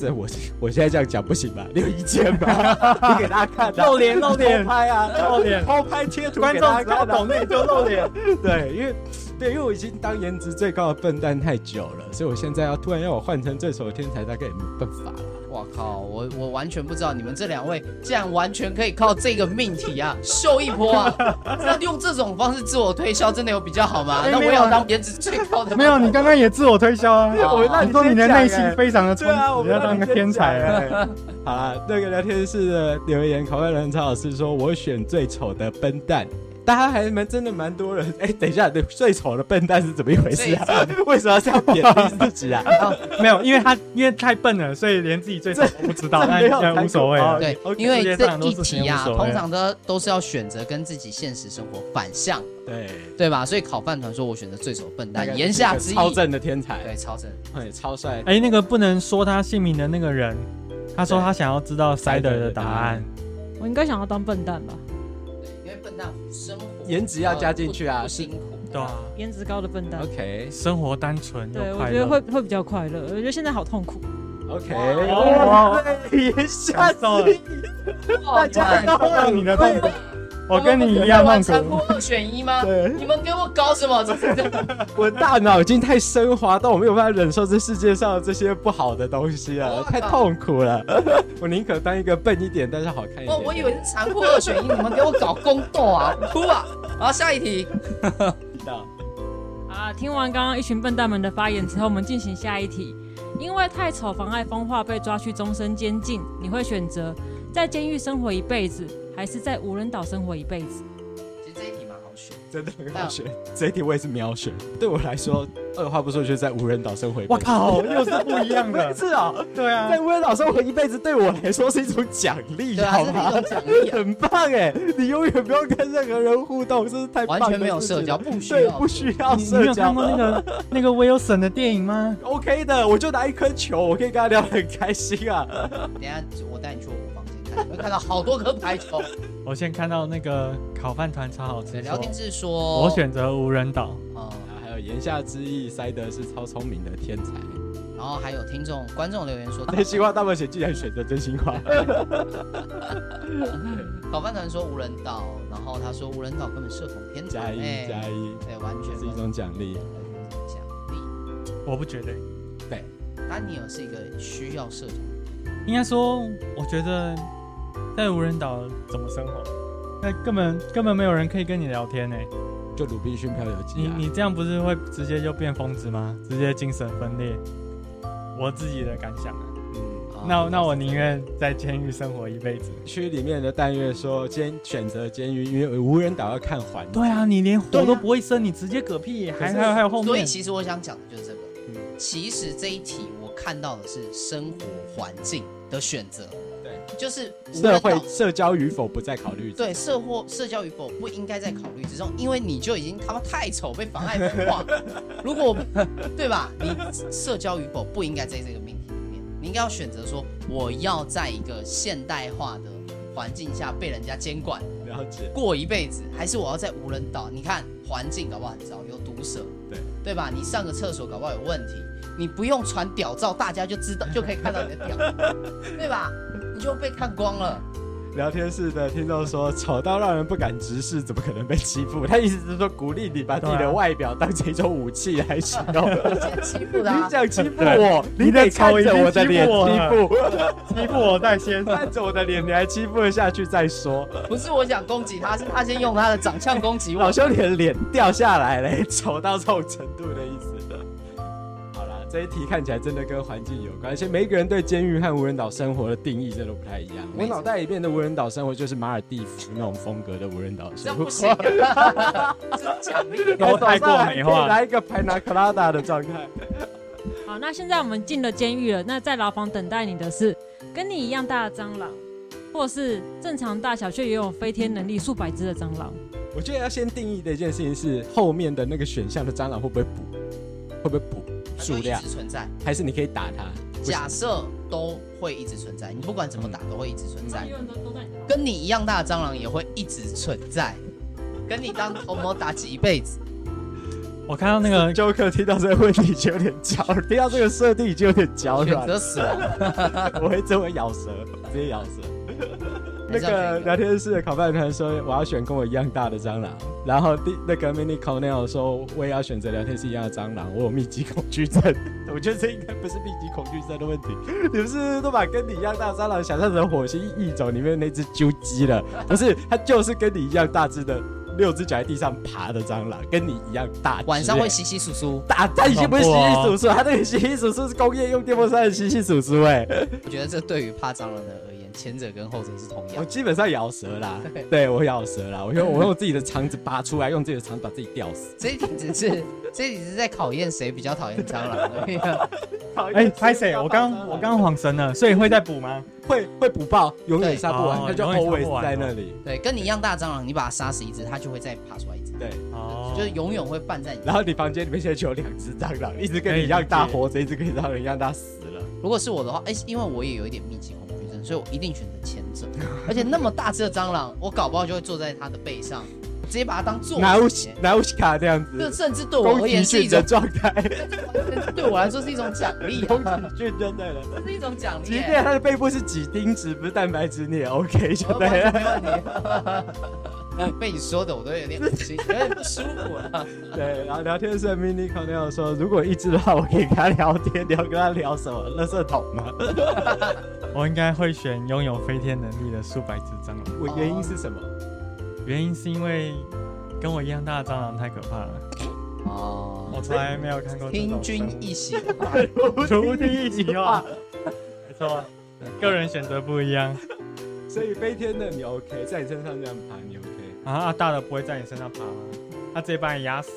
[SPEAKER 5] 这我我现在这样讲不行 吧？你有意见吧？你给大家看、啊，
[SPEAKER 4] 露脸露脸
[SPEAKER 5] 偷拍啊，
[SPEAKER 4] 露脸
[SPEAKER 5] 偷拍贴图
[SPEAKER 4] 观
[SPEAKER 5] 给大
[SPEAKER 4] 众
[SPEAKER 5] 家
[SPEAKER 4] 只要
[SPEAKER 5] 看、啊
[SPEAKER 4] 懂。内就露脸。
[SPEAKER 5] 对，因为对，因为我已经当颜值最高的笨蛋太久了，所以我现在要突然要我换成最丑的天才，大概也没办法了。
[SPEAKER 2] 哇靠！我我完全不知道你们这两位竟然完全可以靠这个命题啊秀一波啊！那用这种方式自我推销，真的有比较好吗？
[SPEAKER 4] 哎
[SPEAKER 2] 那我
[SPEAKER 4] 没有
[SPEAKER 2] 要
[SPEAKER 4] 啊
[SPEAKER 2] 当颜值最高 的吗
[SPEAKER 4] 没有，你刚刚也自我推销啊。
[SPEAKER 2] 我让
[SPEAKER 4] 你说你的内心非常的充
[SPEAKER 5] 对啊，我
[SPEAKER 4] 实，
[SPEAKER 5] 们
[SPEAKER 4] 要当个天才 啊。
[SPEAKER 5] 啊！好啦，那个聊天室的留言，考官人曹老师说：“我选最丑的笨蛋。”大家还蛮真的蛮多人。哎、等一下，对，最丑的笨蛋是怎么一回事啊？ 为什么要这样贬低自己啊？
[SPEAKER 4] 没有，因为他因为太笨了，所以连自己最丑都不知道，
[SPEAKER 5] 这
[SPEAKER 4] 但
[SPEAKER 5] 没有
[SPEAKER 4] 但无所谓啊。
[SPEAKER 5] 谈
[SPEAKER 2] 对，
[SPEAKER 4] OK，
[SPEAKER 2] 因为
[SPEAKER 4] 世界
[SPEAKER 2] 这
[SPEAKER 4] 上
[SPEAKER 2] 一
[SPEAKER 4] 很多事情
[SPEAKER 2] 题啊，
[SPEAKER 4] 无所谓
[SPEAKER 2] 通常都都是要选择跟自己现实生活反向，
[SPEAKER 5] 对，
[SPEAKER 2] 对吧？所以考饭团说我选择最丑笨
[SPEAKER 5] 大概
[SPEAKER 2] 蛋，
[SPEAKER 5] 是
[SPEAKER 2] 言下之
[SPEAKER 5] 一
[SPEAKER 2] 意
[SPEAKER 5] 个，超正的天才，
[SPEAKER 2] 对，超正。
[SPEAKER 5] 对，超帅。
[SPEAKER 4] 哎，那个不能说他姓名的那个人，他说
[SPEAKER 5] 对
[SPEAKER 4] 他想要知道 Cider 的
[SPEAKER 5] 的
[SPEAKER 4] 答
[SPEAKER 5] 答
[SPEAKER 4] 案
[SPEAKER 5] 案。
[SPEAKER 3] 我应该想要当笨蛋吧？
[SPEAKER 2] 对，因为笨蛋生活
[SPEAKER 5] 颜值要加进去啊
[SPEAKER 2] 不不辛苦。
[SPEAKER 4] 对啊，
[SPEAKER 3] 颜值高的笨蛋。
[SPEAKER 5] OK
[SPEAKER 4] 生活单纯又
[SPEAKER 3] 对，我
[SPEAKER 4] 快
[SPEAKER 3] 觉得会
[SPEAKER 4] 乐。
[SPEAKER 3] 会比较快乐。我觉得现在好痛苦。
[SPEAKER 5] OK，
[SPEAKER 4] 哦
[SPEAKER 5] 言下之意，
[SPEAKER 2] 大
[SPEAKER 5] 家都
[SPEAKER 4] 让你的痛苦，我跟你一 样
[SPEAKER 2] 玩
[SPEAKER 4] 痛
[SPEAKER 2] 残
[SPEAKER 4] 苦
[SPEAKER 2] 酷。二选一吗？
[SPEAKER 5] 对
[SPEAKER 2] 你们给我搞什么？这是这样
[SPEAKER 5] 我大脑已经太升华到我没有办法忍受这世界上的这些不好的东西了，太痛苦了。 我宁可当一个笨一点，但是好看一点
[SPEAKER 2] 哦我我以为是残酷二选一，你们给我搞宫斗啊，哭啊！好，下一题，
[SPEAKER 5] 的。
[SPEAKER 3] 啊，听完刚刚一群笨蛋们的发言之后，我们进行下一题。因为太丑妨碍风化被抓去终身监禁，你会选择在监狱生活一辈子，还是在无人岛生活一辈子？
[SPEAKER 2] 其实这一题蛮好选。
[SPEAKER 5] 真的很好选，这一题我也是秒选。对我来说，二话不说就是在无人岛生活一辈子。。
[SPEAKER 4] 我靠，又是不一样的
[SPEAKER 5] 是啊，
[SPEAKER 4] 对啊
[SPEAKER 5] 在，无人岛生活一辈子对我来说是一种奖励，
[SPEAKER 2] 对啊，
[SPEAKER 5] 好
[SPEAKER 2] 这是一
[SPEAKER 5] 吗？
[SPEAKER 2] 种奖励啊。
[SPEAKER 5] 很棒哎，你永远不用跟任何人互动，这是太棒
[SPEAKER 2] 完
[SPEAKER 5] 的
[SPEAKER 2] 全没有
[SPEAKER 5] 事情
[SPEAKER 2] 社
[SPEAKER 5] 了
[SPEAKER 2] 交，不需
[SPEAKER 5] 对，
[SPEAKER 2] 要。
[SPEAKER 5] 不需要
[SPEAKER 4] 你你没
[SPEAKER 5] 社
[SPEAKER 4] 有看
[SPEAKER 5] 交。
[SPEAKER 4] 过那 个那个 Wilson 的电影吗？
[SPEAKER 5] OK 的，我就拿一颗球，我可以跟他聊得很开心啊。
[SPEAKER 2] 等一下我带你去我房间看，你会看到好多颗排 球。
[SPEAKER 4] 我先看到那个烤饭团超好吃，
[SPEAKER 2] 聊天
[SPEAKER 4] 说
[SPEAKER 2] 室说，
[SPEAKER 4] 我选择无人岛。
[SPEAKER 2] 哦、
[SPEAKER 5] 然后还有言下之意，塞德是超聪明的天才。
[SPEAKER 2] 然后还有听众观众留言说，
[SPEAKER 5] 真心话大冒险竟然选择真心话，
[SPEAKER 2] 搞饭团说无人岛，然后他说无人岛根本社恐天
[SPEAKER 5] 加
[SPEAKER 2] 才，
[SPEAKER 5] 一
[SPEAKER 2] 哎
[SPEAKER 5] 加一，
[SPEAKER 2] 对，完全
[SPEAKER 5] 这是一种奖励。
[SPEAKER 2] 奖励。
[SPEAKER 4] 我不觉得，
[SPEAKER 2] 丹尼尔是一个需要社交，
[SPEAKER 4] 应该说，我觉得在无人岛怎么生活，那根本根本没有人可以跟你聊天呢、
[SPEAKER 5] 就鲁滨逊漂流记
[SPEAKER 4] 你
[SPEAKER 5] 啊，
[SPEAKER 4] 你这样不是会直接就变疯子吗？直接精神分裂。我自己的感想啊，
[SPEAKER 5] 嗯，
[SPEAKER 2] 啊
[SPEAKER 4] 那那我宁愿在监狱生活一辈子。
[SPEAKER 5] 区里面的但月说监选择监狱，因为无人岛要看环境。
[SPEAKER 4] 对啊，你连
[SPEAKER 2] 对
[SPEAKER 4] 火
[SPEAKER 2] 啊
[SPEAKER 4] 都不会生，你直接嗝屁，还
[SPEAKER 5] 可是
[SPEAKER 4] 还有还有后
[SPEAKER 2] 所以
[SPEAKER 4] 面。
[SPEAKER 2] 其实我想讲的就是这个。
[SPEAKER 5] 嗯
[SPEAKER 2] 其实这一题我看到的是生活环境的选择，
[SPEAKER 5] 对，
[SPEAKER 2] 就是无
[SPEAKER 5] 社
[SPEAKER 2] 人岛
[SPEAKER 5] 会社交与否不再考虑。
[SPEAKER 2] 对社或社交与否不应该在考虑之中，因为你就已经他妈太丑被妨碍风 化。如果我对吧？你社交与否不应该在这个命题里面，你应该要选择说我要在一个现代化的环境下被人家监管
[SPEAKER 5] 了解。
[SPEAKER 2] 过一辈子，还是我要在无人岛？你看环境搞不好很糟，有毒蛇，
[SPEAKER 5] 对
[SPEAKER 2] 对吧？你上个厕所搞不好有问题，你不用传屌照，大家就知道 就可以看到你的屌，对吧？你就被看光了。
[SPEAKER 5] 聊天室的听众说，丑到让人不敢直视，怎么可能被欺负？他意思是说鼓励你把自己
[SPEAKER 4] 对啊
[SPEAKER 5] 的外表当成一种武器来使用。
[SPEAKER 2] 欺负的、
[SPEAKER 5] 你
[SPEAKER 2] 啊，
[SPEAKER 5] 想欺负我，
[SPEAKER 4] 对
[SPEAKER 5] 你得看着我的脸
[SPEAKER 4] 你的丑
[SPEAKER 5] 欺
[SPEAKER 4] 已
[SPEAKER 5] 负，
[SPEAKER 4] 欺负我在先，
[SPEAKER 5] 看着我的脸，你还欺负得下去再说。
[SPEAKER 2] 不是我想攻击他，是他先用他的长相攻 击
[SPEAKER 5] 老
[SPEAKER 2] 我。
[SPEAKER 5] 兄，你的脸掉下来了，丑到这种程度的意思。好啦，这一题看起来真的跟环境有关，而且每一个人对监狱和无人岛生活的定义真的不太一样。我
[SPEAKER 2] 没错
[SPEAKER 5] 脑袋里面的无人岛生活就是马尔蒂夫那种风格的无人岛
[SPEAKER 2] 这
[SPEAKER 5] 生
[SPEAKER 2] 样
[SPEAKER 5] 活
[SPEAKER 2] 不。行、啊， 这奖励
[SPEAKER 4] 都太过美
[SPEAKER 5] 早上还可以
[SPEAKER 4] 化。
[SPEAKER 5] 来一个 p i n a c o l a d a 的状
[SPEAKER 2] 啊
[SPEAKER 5] 态。
[SPEAKER 3] 好，那现在我们进了监狱了，那在牢房等待你的是跟你一样大的蟑螂，或是正常大小却拥有飞天能力数百只的蟑螂。
[SPEAKER 5] 我觉得要先定义的一件事情是，后面的那个选项的蟑螂会不会补，会不会补数
[SPEAKER 2] 它
[SPEAKER 5] 量
[SPEAKER 2] 就一，直存在。
[SPEAKER 5] 还是你可以打它？不行嗯
[SPEAKER 2] 假设都会一直存在，你不管怎么打都会一直存在。
[SPEAKER 3] 人都都在
[SPEAKER 2] 跟你一样大的蟑螂也会一直存在，跟你当头毛妲己一辈子。
[SPEAKER 4] 我看到那个
[SPEAKER 5] Joker 听到这个问题就有点焦，听到这个设定就有点脚
[SPEAKER 2] 选
[SPEAKER 5] 软。
[SPEAKER 2] 择死亡，
[SPEAKER 5] 我会这么咬舌，直接咬舌。那
[SPEAKER 2] 还是要选一个
[SPEAKER 5] 个聊天室的烤饭团说哎我要选跟我一样大的蟑螂，然后第那个 mini cornell 说我也要选择聊天室一样的蟑螂，我有密集恐惧症。我觉得这应该不是密集恐惧症的问题，你们是不是都把跟你一样大的蟑螂想象成火星异种里面那只鸠鸡了？不是，它就是跟你一样大只的六只脚在地上爬的蟑螂，跟你一样大只欸。
[SPEAKER 2] 晚上会稀稀疏疏。
[SPEAKER 5] 打，它已经不是
[SPEAKER 4] 好
[SPEAKER 5] 稀
[SPEAKER 4] 恐怖
[SPEAKER 5] 稀
[SPEAKER 4] 哦
[SPEAKER 5] 疏疏，它那个稀稀疏疏是工业用电风扇的稀稀疏疏哎、
[SPEAKER 2] 我觉得这对于怕蟑螂的而言，前者跟后者是同
[SPEAKER 5] 我
[SPEAKER 2] 样。
[SPEAKER 5] 基本上咬舌啦
[SPEAKER 2] 对，
[SPEAKER 5] 对我咬舌啦，我用我用自己的肠子拔出来，用自己的肠子把自己吊死。
[SPEAKER 2] 这一题只是， 这一题只是在考验谁比较讨厌蟑螂 而已啊。
[SPEAKER 4] 哎，拍谁？我刚我刚晃神了，所以会再补吗？
[SPEAKER 5] 会会补爆，永远杀不完，
[SPEAKER 4] 对
[SPEAKER 5] 他就
[SPEAKER 4] 哦永远杀不
[SPEAKER 5] always
[SPEAKER 4] 完
[SPEAKER 5] 在那里。
[SPEAKER 2] 对，跟你一样大的蟑螂，你把它杀死一只，它就会再爬出来一只，
[SPEAKER 5] 对，
[SPEAKER 4] 哦，
[SPEAKER 2] 就是永远会伴在你。
[SPEAKER 5] 然后你房间里面现在就有两只蟑
[SPEAKER 4] 哎
[SPEAKER 5] 螂，一只跟你一样大
[SPEAKER 4] 可以理解
[SPEAKER 5] 活着，一只跟你一样大死了。
[SPEAKER 2] 如果是我的话，哎、因为我也有一点密集恐惧症，所以我一定选择前 者。而且那么大只的蟑螂，我搞不好就会坐在它的背上，直接把它当坐
[SPEAKER 5] 拿乌
[SPEAKER 2] 骑。
[SPEAKER 5] 拿乌西卡这样
[SPEAKER 2] 这
[SPEAKER 5] 子，
[SPEAKER 2] 甚至对我
[SPEAKER 5] 宫
[SPEAKER 2] 而言
[SPEAKER 5] 崎
[SPEAKER 2] 是
[SPEAKER 5] 骏
[SPEAKER 2] 一
[SPEAKER 5] 的
[SPEAKER 2] 种，
[SPEAKER 5] 状态，
[SPEAKER 2] 对我来说是一种奖励、
[SPEAKER 5] 宫
[SPEAKER 2] 啊，
[SPEAKER 5] 崎骏就对了。
[SPEAKER 2] 这是一种奖励
[SPEAKER 5] 即
[SPEAKER 2] 耶、
[SPEAKER 5] 便它的背部是几丁质，不是蛋白质，你也 OK 就
[SPEAKER 2] 我完
[SPEAKER 5] 对
[SPEAKER 2] 全
[SPEAKER 5] 了。
[SPEAKER 2] 没问题。 被你说的我都有点恶心，有点不舒服啊了。
[SPEAKER 5] 对，然后聊天室的 mini cornell 说，如果一只的话，我可以跟他聊天，你要跟他聊什么？垃圾桶吗？
[SPEAKER 4] 我应该会选拥有飞天能力的数百只蟑螂，
[SPEAKER 5] 我原因是什么？
[SPEAKER 4] 原因是因为跟我一样大的蟑螂太可怕了，
[SPEAKER 2] 哦，
[SPEAKER 4] 我从来没有看过这种生
[SPEAKER 2] 听
[SPEAKER 4] 物。
[SPEAKER 2] 君一席话，
[SPEAKER 4] 徒弟一席话，没错，个人选择不一样
[SPEAKER 5] 所以飞天的你 OK，在你身上这样爬你 OK。
[SPEAKER 4] 啊。啊大的不会在你身上爬吗？他直接把你压死，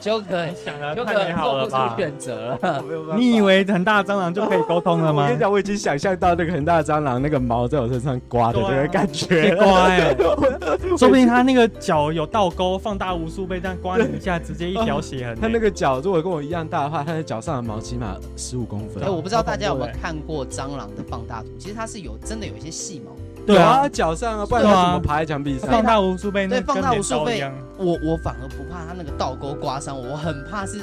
[SPEAKER 2] 就可以，
[SPEAKER 4] 想的
[SPEAKER 2] 就
[SPEAKER 4] 太
[SPEAKER 2] 可
[SPEAKER 4] 美
[SPEAKER 2] 以
[SPEAKER 4] 好
[SPEAKER 2] 做
[SPEAKER 4] 了
[SPEAKER 2] 不出
[SPEAKER 4] 吧？
[SPEAKER 2] 选择了。
[SPEAKER 5] 我没有办法
[SPEAKER 4] 呃你以为很大的蟑螂就可以沟通了
[SPEAKER 5] 我
[SPEAKER 4] 吗
[SPEAKER 5] 跟？你讲，我已经想象到那个很大的蟑螂，那个毛在我身上刮的那个感觉
[SPEAKER 4] 别
[SPEAKER 5] 了。
[SPEAKER 4] 刮哎、
[SPEAKER 5] 我
[SPEAKER 4] 说不定他那个脚有倒钩，放大无数倍，这样刮你一下，直接一条血痕、欸。
[SPEAKER 5] 它那个脚如果跟我一样大的话，它的脚上的毛起码十五公分
[SPEAKER 2] 哎、。我不知道大家有没有看过蟑螂的放大图，其实它是有真的有一些细毛。
[SPEAKER 4] 对
[SPEAKER 5] 有
[SPEAKER 4] 啊，
[SPEAKER 5] 脚上啊，不然它怎么爬在墙壁
[SPEAKER 4] 放
[SPEAKER 5] 上？
[SPEAKER 4] 大无数倍，那
[SPEAKER 2] 对，放大
[SPEAKER 4] 跟
[SPEAKER 2] 无
[SPEAKER 4] 镰
[SPEAKER 2] 数
[SPEAKER 4] 刀一
[SPEAKER 2] 倍
[SPEAKER 4] 样。，
[SPEAKER 2] 我我反而不怕它那个倒钩刮伤我，我很怕是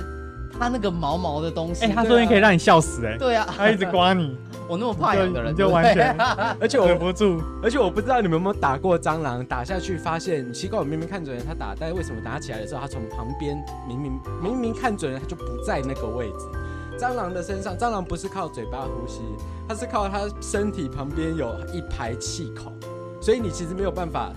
[SPEAKER 2] 它那个毛毛的东西。
[SPEAKER 4] 哎、他说不定可以让你笑死哎、
[SPEAKER 2] 对啊，
[SPEAKER 4] 他一直刮你，
[SPEAKER 2] 我那么怕痒的人，
[SPEAKER 4] 你就
[SPEAKER 2] 对不
[SPEAKER 4] 完
[SPEAKER 2] 对
[SPEAKER 4] 全
[SPEAKER 5] 而且
[SPEAKER 4] 忍
[SPEAKER 5] 我，
[SPEAKER 4] 不住。
[SPEAKER 5] 而且我不知道你们有没有打过蟑螂，打下去发现奇怪，我明明看准了它打，但是为什么打起来的时候，它从旁边明明明明看准了，它就不在那个位置。蟑螂的身上，蟑螂不是靠嘴巴呼吸，它是靠它身体旁边有一排气孔，所以你其实没有办法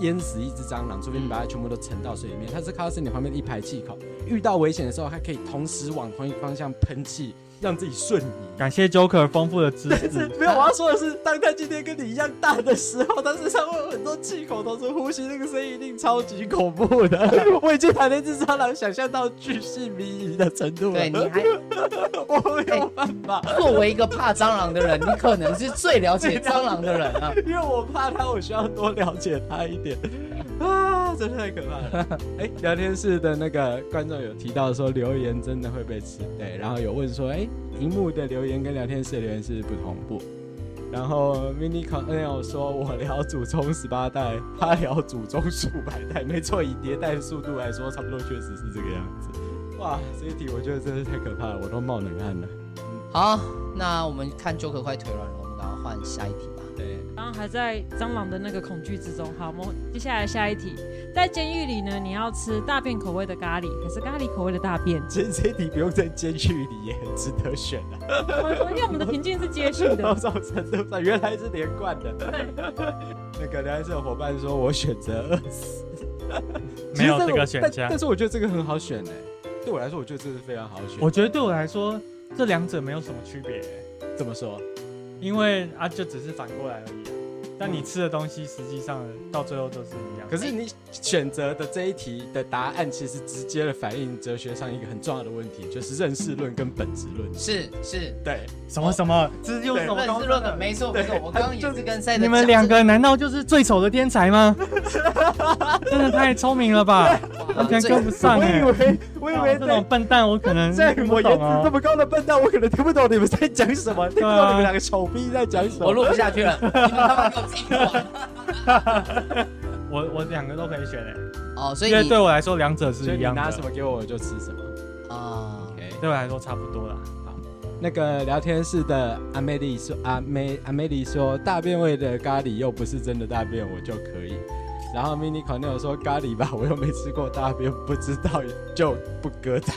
[SPEAKER 5] 淹死一只蟑螂，除非你把它全部都沉到水里面。它是靠它身体旁边的一排气孔，遇到危险的时候，它可以同时往同一个方向喷气，让自己瞬移。
[SPEAKER 4] 感谢 Joker 丰富的知
[SPEAKER 5] 是
[SPEAKER 4] 识。
[SPEAKER 5] 没有，我要说的是，当他今天跟你一样大的时候，他身上会有很多气孔同时呼吸，那个声音一定超级恐怖的。 我已经把那只蟑螂想象到巨细靡遗的程度了。
[SPEAKER 2] 对，你还
[SPEAKER 5] 我没有办法，
[SPEAKER 2] 作为一个怕蟑螂的人，你可能是最了 解蟑螂的人啊。
[SPEAKER 5] 因为我怕它，我需要多了解它一点。啊，真的太可怕了！哎、聊天室的那个观众有提到说留言真的会被吃，对，然后有问说，哎、荧幕的留言跟聊天室的留言是不同步。然后 mini cornell 说，我聊祖宗十八代，他聊祖宗数百代，没错，以迭代的速度来说，差不多确实是这个样子。哇，这一题我觉得真是太可怕了，我都冒冷汗了。
[SPEAKER 2] 好，那我们看 Joker 快腿软了，我们赶快换下一题吧。
[SPEAKER 5] 对，？
[SPEAKER 3] 然后还在蟑螂的那个恐惧之中。好，我们接下来下一题，在监狱里呢，你要吃大便口味的咖喱，还是咖喱口味的大便
[SPEAKER 5] 其实这一题不用在监狱里也很值得选啊。
[SPEAKER 3] 我因为我们的情境是接续
[SPEAKER 5] 某
[SPEAKER 3] 的，
[SPEAKER 5] 种程度上，原来是连贯的。那个聊天室的伙伴说，我选择饿死，
[SPEAKER 4] 没有
[SPEAKER 5] 其实
[SPEAKER 4] 这个选
[SPEAKER 5] 但
[SPEAKER 4] 项
[SPEAKER 5] 但是我觉得这个很好选哎，对我来说，我觉得这是非常好选。
[SPEAKER 4] 我觉得对我来说，这两者没有什么区别欸、
[SPEAKER 5] 怎么说？
[SPEAKER 4] 因为啊，就只是反过来而已、啊。但你吃的东西实际上到最后都是一样。
[SPEAKER 5] 可是你选择的这一题的答案，其实直接的反映哲学上一个很重要的问题，就是认识论跟本质论。
[SPEAKER 2] 是是，
[SPEAKER 5] 对，
[SPEAKER 4] 什么什么，这又是
[SPEAKER 5] 对
[SPEAKER 4] 什么
[SPEAKER 2] 认
[SPEAKER 4] 高
[SPEAKER 2] 识
[SPEAKER 4] 深
[SPEAKER 2] 论
[SPEAKER 4] 的
[SPEAKER 2] 的没错没错，我刚刚也是跟赛德
[SPEAKER 4] 你们两个难道就是最丑的天才吗？真的太聪明了吧，完全跟不上
[SPEAKER 5] 我
[SPEAKER 4] 哎、
[SPEAKER 5] 以为，我以为
[SPEAKER 4] 这种
[SPEAKER 5] 在。
[SPEAKER 4] 笨蛋，我可能
[SPEAKER 5] 在
[SPEAKER 4] 听
[SPEAKER 5] 我
[SPEAKER 4] 不
[SPEAKER 5] 颜
[SPEAKER 4] 懂
[SPEAKER 5] 值这
[SPEAKER 4] 啊。
[SPEAKER 5] 么高的笨蛋，我可能听不懂你们在讲什么，听不
[SPEAKER 4] 对啊
[SPEAKER 5] 懂你们两个丑逼在讲什么。
[SPEAKER 2] 我录不下去 了，你们他妈给我自己录啊。
[SPEAKER 4] 我我两个都可以选哎、
[SPEAKER 2] 哦，所以
[SPEAKER 4] 因为
[SPEAKER 2] 你
[SPEAKER 4] 对我来说两者
[SPEAKER 5] 所
[SPEAKER 4] 是
[SPEAKER 5] 以
[SPEAKER 4] 一
[SPEAKER 5] 你
[SPEAKER 4] 样
[SPEAKER 5] 拿
[SPEAKER 4] 的
[SPEAKER 5] 什，么给我，我就吃什么。
[SPEAKER 2] 啊，
[SPEAKER 5] OK，
[SPEAKER 4] 对我来说差不多啦。
[SPEAKER 5] 那个聊天室的阿妹丽说，阿妹阿妹丽说，大便味的咖喱又不是真的大便，我就可以。然后 mini cornel 说咖喱吧，我又没吃过大便，不知道就不疙瘩。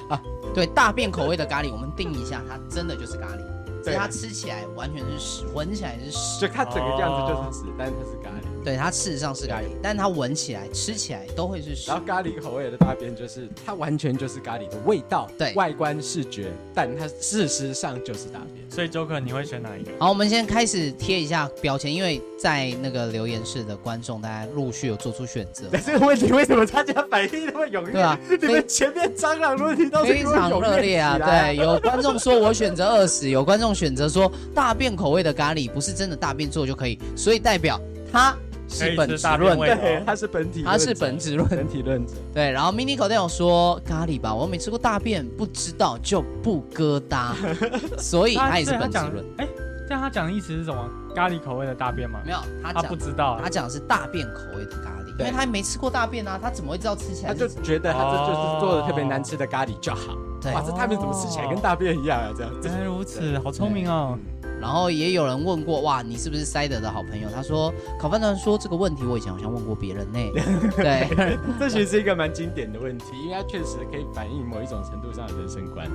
[SPEAKER 2] 对大便口味的咖喱，我们定一下，它真的就是咖喱，所
[SPEAKER 5] 对
[SPEAKER 2] 以它吃起来完全是屎，闻起来是屎
[SPEAKER 5] 就。它整个样子就是屎，但是它是咖喱。
[SPEAKER 2] 对，它事实上是咖喱，但它闻起来、吃起来都会是屎
[SPEAKER 5] 然。后咖喱口味的大便就是它完全就是咖喱的味道，
[SPEAKER 2] 对
[SPEAKER 5] 外观视觉，但它事实上就是大便。
[SPEAKER 4] 所以 Joker 你会选哪一个？
[SPEAKER 2] 好，我们先开始贴一下标签，因为在那个留言室的观众，大家陆续有做出选择。
[SPEAKER 5] 这个问题为什么大家反应那么踊跃？
[SPEAKER 2] 对啊
[SPEAKER 5] 你们前面蟑螂问题都是
[SPEAKER 2] 非常热烈啊！对，有观众说我选择二十，有观众选择说大便口味的咖喱不是真的大便做就可以，所以代表它
[SPEAKER 4] 可
[SPEAKER 2] 是
[SPEAKER 4] 以
[SPEAKER 2] 本
[SPEAKER 4] 吃
[SPEAKER 2] 质
[SPEAKER 4] 哎大
[SPEAKER 2] 论
[SPEAKER 4] 便，味
[SPEAKER 5] 对，
[SPEAKER 4] 道。
[SPEAKER 5] 它是本体论者，
[SPEAKER 2] 它是本质论。
[SPEAKER 5] 本体论者。
[SPEAKER 2] 对，然后 mini 口袋有说咖喱吧，我没吃过大便，不知道就不疙瘩， 所以它也是
[SPEAKER 4] 对
[SPEAKER 2] 本质
[SPEAKER 4] 讲
[SPEAKER 2] 论。，
[SPEAKER 4] 哎，这样他讲的意思是什么？咖喱口味的大便吗？
[SPEAKER 2] 没有，他
[SPEAKER 4] 他不
[SPEAKER 2] 讲
[SPEAKER 4] 知道啊
[SPEAKER 2] 他。讲的是大便口味的咖喱，因
[SPEAKER 5] 对
[SPEAKER 2] 为他没吃过大便啊，他怎么会知道吃起
[SPEAKER 5] 他
[SPEAKER 2] 来？
[SPEAKER 5] 就是觉得他这就是做的特别难吃的咖喱就好。
[SPEAKER 2] 哦对，哦
[SPEAKER 5] 哇，这他们怎么吃起来跟大便一样啊？这样子
[SPEAKER 4] 原。来哎如此，好聪明哦！
[SPEAKER 2] 然后也有人问过，哇，你是不是塞德的好朋友？他说，烤饭团说这个问题我以前好像问过别人 呢。对，
[SPEAKER 5] 这其实是一个蛮经典的问题，因为它确实可以反映某一种程度上的人生观。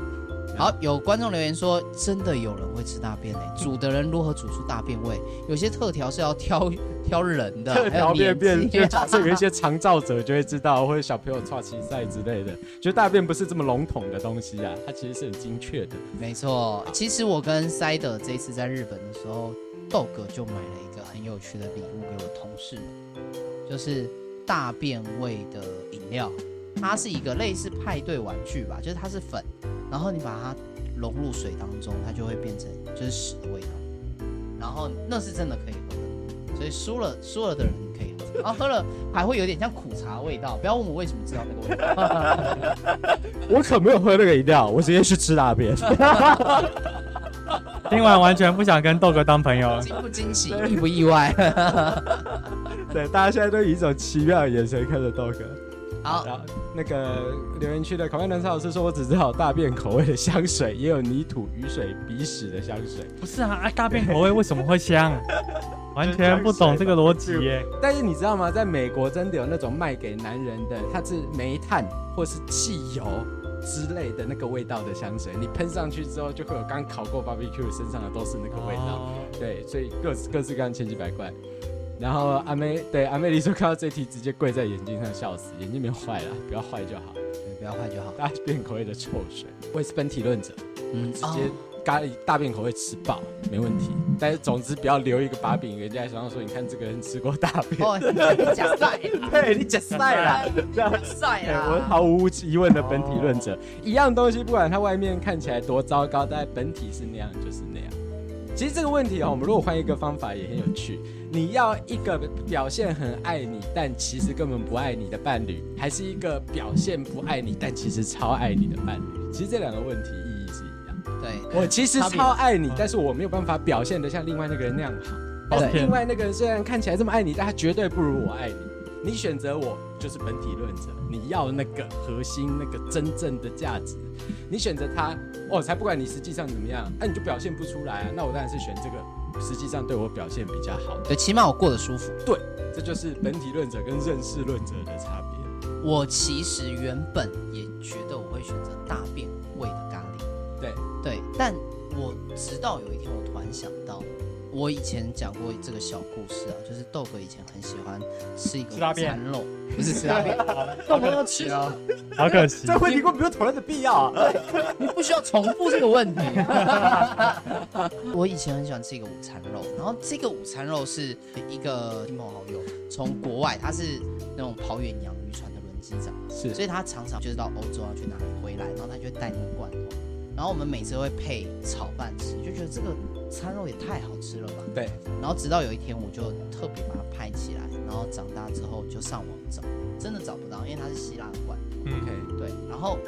[SPEAKER 2] 好，有观众留言说，真的有人会吃大便呢？煮的人如何煮出大便味？有些特调是要挑挑人的，
[SPEAKER 5] 特
[SPEAKER 2] 啊还有
[SPEAKER 5] 条便便，
[SPEAKER 2] 年纪
[SPEAKER 5] 就假设有一些长照者就会知道，或者小朋友跨期赛之类的，就大便不是这么笼统的东西啊，它其实是很精确的。
[SPEAKER 2] 没错，其实我跟塞德这一次在日本的时候，豆哥就买了一个很有趣的礼物给我同事们，就是大便味的饮料，它是一个类似派对玩具吧，就是它是粉，然后你把它融入水当中，它就会变成就是屎的味道，然后那是真的可以喝的，所以输了输了的人可以喝，然后喝了还会有点像苦茶味道，不要问我为什么知道那个味道。
[SPEAKER 5] 我可没有喝那个饮料，我直接去吃大便。
[SPEAKER 4] 听完完全不想跟豆哥当朋友。
[SPEAKER 2] 惊不惊喜，意不意外？
[SPEAKER 5] 对，大家现在都以一种奇妙的眼神看着豆哥。
[SPEAKER 2] 好，
[SPEAKER 5] 然后那个留言区的口味男超老师说，我只知道大便口味的香水，也有泥土、雨水、鼻屎的香水。
[SPEAKER 4] 不是啊，啊大便口味为什么会香？完全不懂这个逻辑耶。
[SPEAKER 5] 但是你知道吗？在美国真的有那种卖给男人的，它是煤炭或是汽油之类的那个味道的香水，你喷上去之后就会有刚烤过 barbecue 身上的都是那个味道。
[SPEAKER 4] 哦
[SPEAKER 5] 对，所以各式各式各样千奇百怪。然后阿妹对阿妹丽说看到这题直接跪在眼镜上笑死，眼睛没有坏啦，不要坏就好。
[SPEAKER 2] 不要坏就好。
[SPEAKER 5] 大便口味的臭水，我也是本体论者，
[SPEAKER 2] 嗯，
[SPEAKER 5] 直接咖喱大便口味吃爆没问题。但是总之不要留一个把柄，人家想要说你看这个人吃过大便。
[SPEAKER 2] 哦，你 讲晒，
[SPEAKER 5] 对你假 赛啦，这样
[SPEAKER 2] 晒
[SPEAKER 5] 哎
[SPEAKER 2] 啦！
[SPEAKER 5] 我毫无疑问的本体论
[SPEAKER 2] 哦
[SPEAKER 5] 者，一样东西不管它外面看起来多糟糕，但本体是那样就是那样。其实这个问题哦，我们如果换一个方法也很有趣。你要一个表现很爱你，但其实根本不爱你的伴侣，还是一个表现不爱你，但其实超爱你的伴侣？其实这两个问题意义是一样的。
[SPEAKER 2] 对，
[SPEAKER 5] 我其实
[SPEAKER 2] 差别
[SPEAKER 5] 超爱你，但是我没有办法表现得像另外那个人那样好。但是
[SPEAKER 4] 对
[SPEAKER 5] 另外那个人虽然看起来这么爱你，但他绝对不如我爱你。你选择我就是本体论者，你要那个核心、那个真正的价值。你选择他，哦，才不管你实际上怎么样，那、你就表现不出来啊。那我当然是选这个实际上对我表现比较好的。
[SPEAKER 2] 对，起码我过得舒服。
[SPEAKER 5] 对，这就是本体论者跟认识论者的差别。
[SPEAKER 2] 我其实原本也觉得我会选择大便味的咖喱，
[SPEAKER 5] 对，
[SPEAKER 2] 对，但我直到有一天，我突然想到，我以前讲过这个小故事啊，就是豆哥以前很喜欢吃一个
[SPEAKER 4] 吃大便
[SPEAKER 2] 餐肉，不是吃大便，
[SPEAKER 4] 好可惜哦，好可惜。
[SPEAKER 5] 这问题根本没有讨论的必要啊。
[SPEAKER 2] 你不需要重复这个问题。 我以前很喜欢吃一个午餐肉，然后这个午餐肉是一个亲朋好友从国外，他是那种跑远洋渔船的轮机长，
[SPEAKER 5] 是
[SPEAKER 2] 所以他常常就是到欧洲要啊去哪里回来，然后他就会带那个罐头，然后我们每次会配炒饭吃，就觉得这个餐肉也太好吃了吧。
[SPEAKER 5] 对，
[SPEAKER 2] 然后直到有一天，我就特别把它拍起来，然后长大之后就上网找，真的找不到，因为它是希腊的罐。
[SPEAKER 4] 嗯，
[SPEAKER 5] OK，
[SPEAKER 2] 对，然后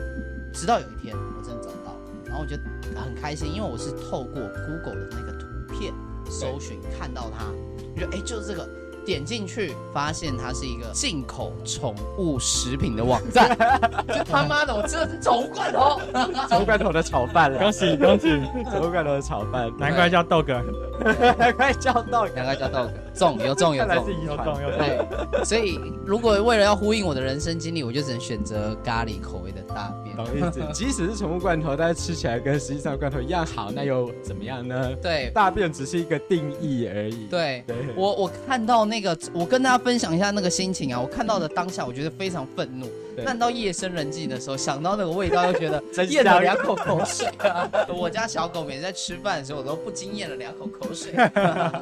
[SPEAKER 2] 直到有一天我真的找到，然后我就很开心，因为我是透过 Google 的那个图片搜寻看到它，我就哎就是这个，点进去发现它是一个进口宠物食品的网 站，就他妈的，我吃的是宠物罐头。
[SPEAKER 5] 宠物罐头的炒饭了
[SPEAKER 4] 恭，喜恭喜，
[SPEAKER 5] 宠物罐头的炒饭，
[SPEAKER 4] 难怪叫豆哥，
[SPEAKER 5] 快叫到
[SPEAKER 2] 两个叫 dog，中有中有
[SPEAKER 5] 看来
[SPEAKER 2] 中
[SPEAKER 5] 是。遗
[SPEAKER 4] 又
[SPEAKER 5] 传。
[SPEAKER 4] 动又动。
[SPEAKER 2] 对，所以如果为了要呼应我的人生经历，我就只能选择咖喱口味的大便。
[SPEAKER 5] 懂意 思，即使是宠物罐头，但是吃起来跟实际上的罐头一样好，那又怎么样呢？
[SPEAKER 2] 对
[SPEAKER 5] 大便只是一个定义而已。
[SPEAKER 2] 对，
[SPEAKER 5] 对，
[SPEAKER 2] 我我看到那个，我跟大家分享一下那个心情啊。我看到的当下，我觉得非常愤怒。
[SPEAKER 5] 嗯对
[SPEAKER 2] 看到夜深人静的时候，想到那个味道，又觉得
[SPEAKER 5] 真
[SPEAKER 2] 咽了
[SPEAKER 5] 香
[SPEAKER 2] 两口口水啊。我家小狗每次在吃饭的时候，我都不禁咽了两口口 水。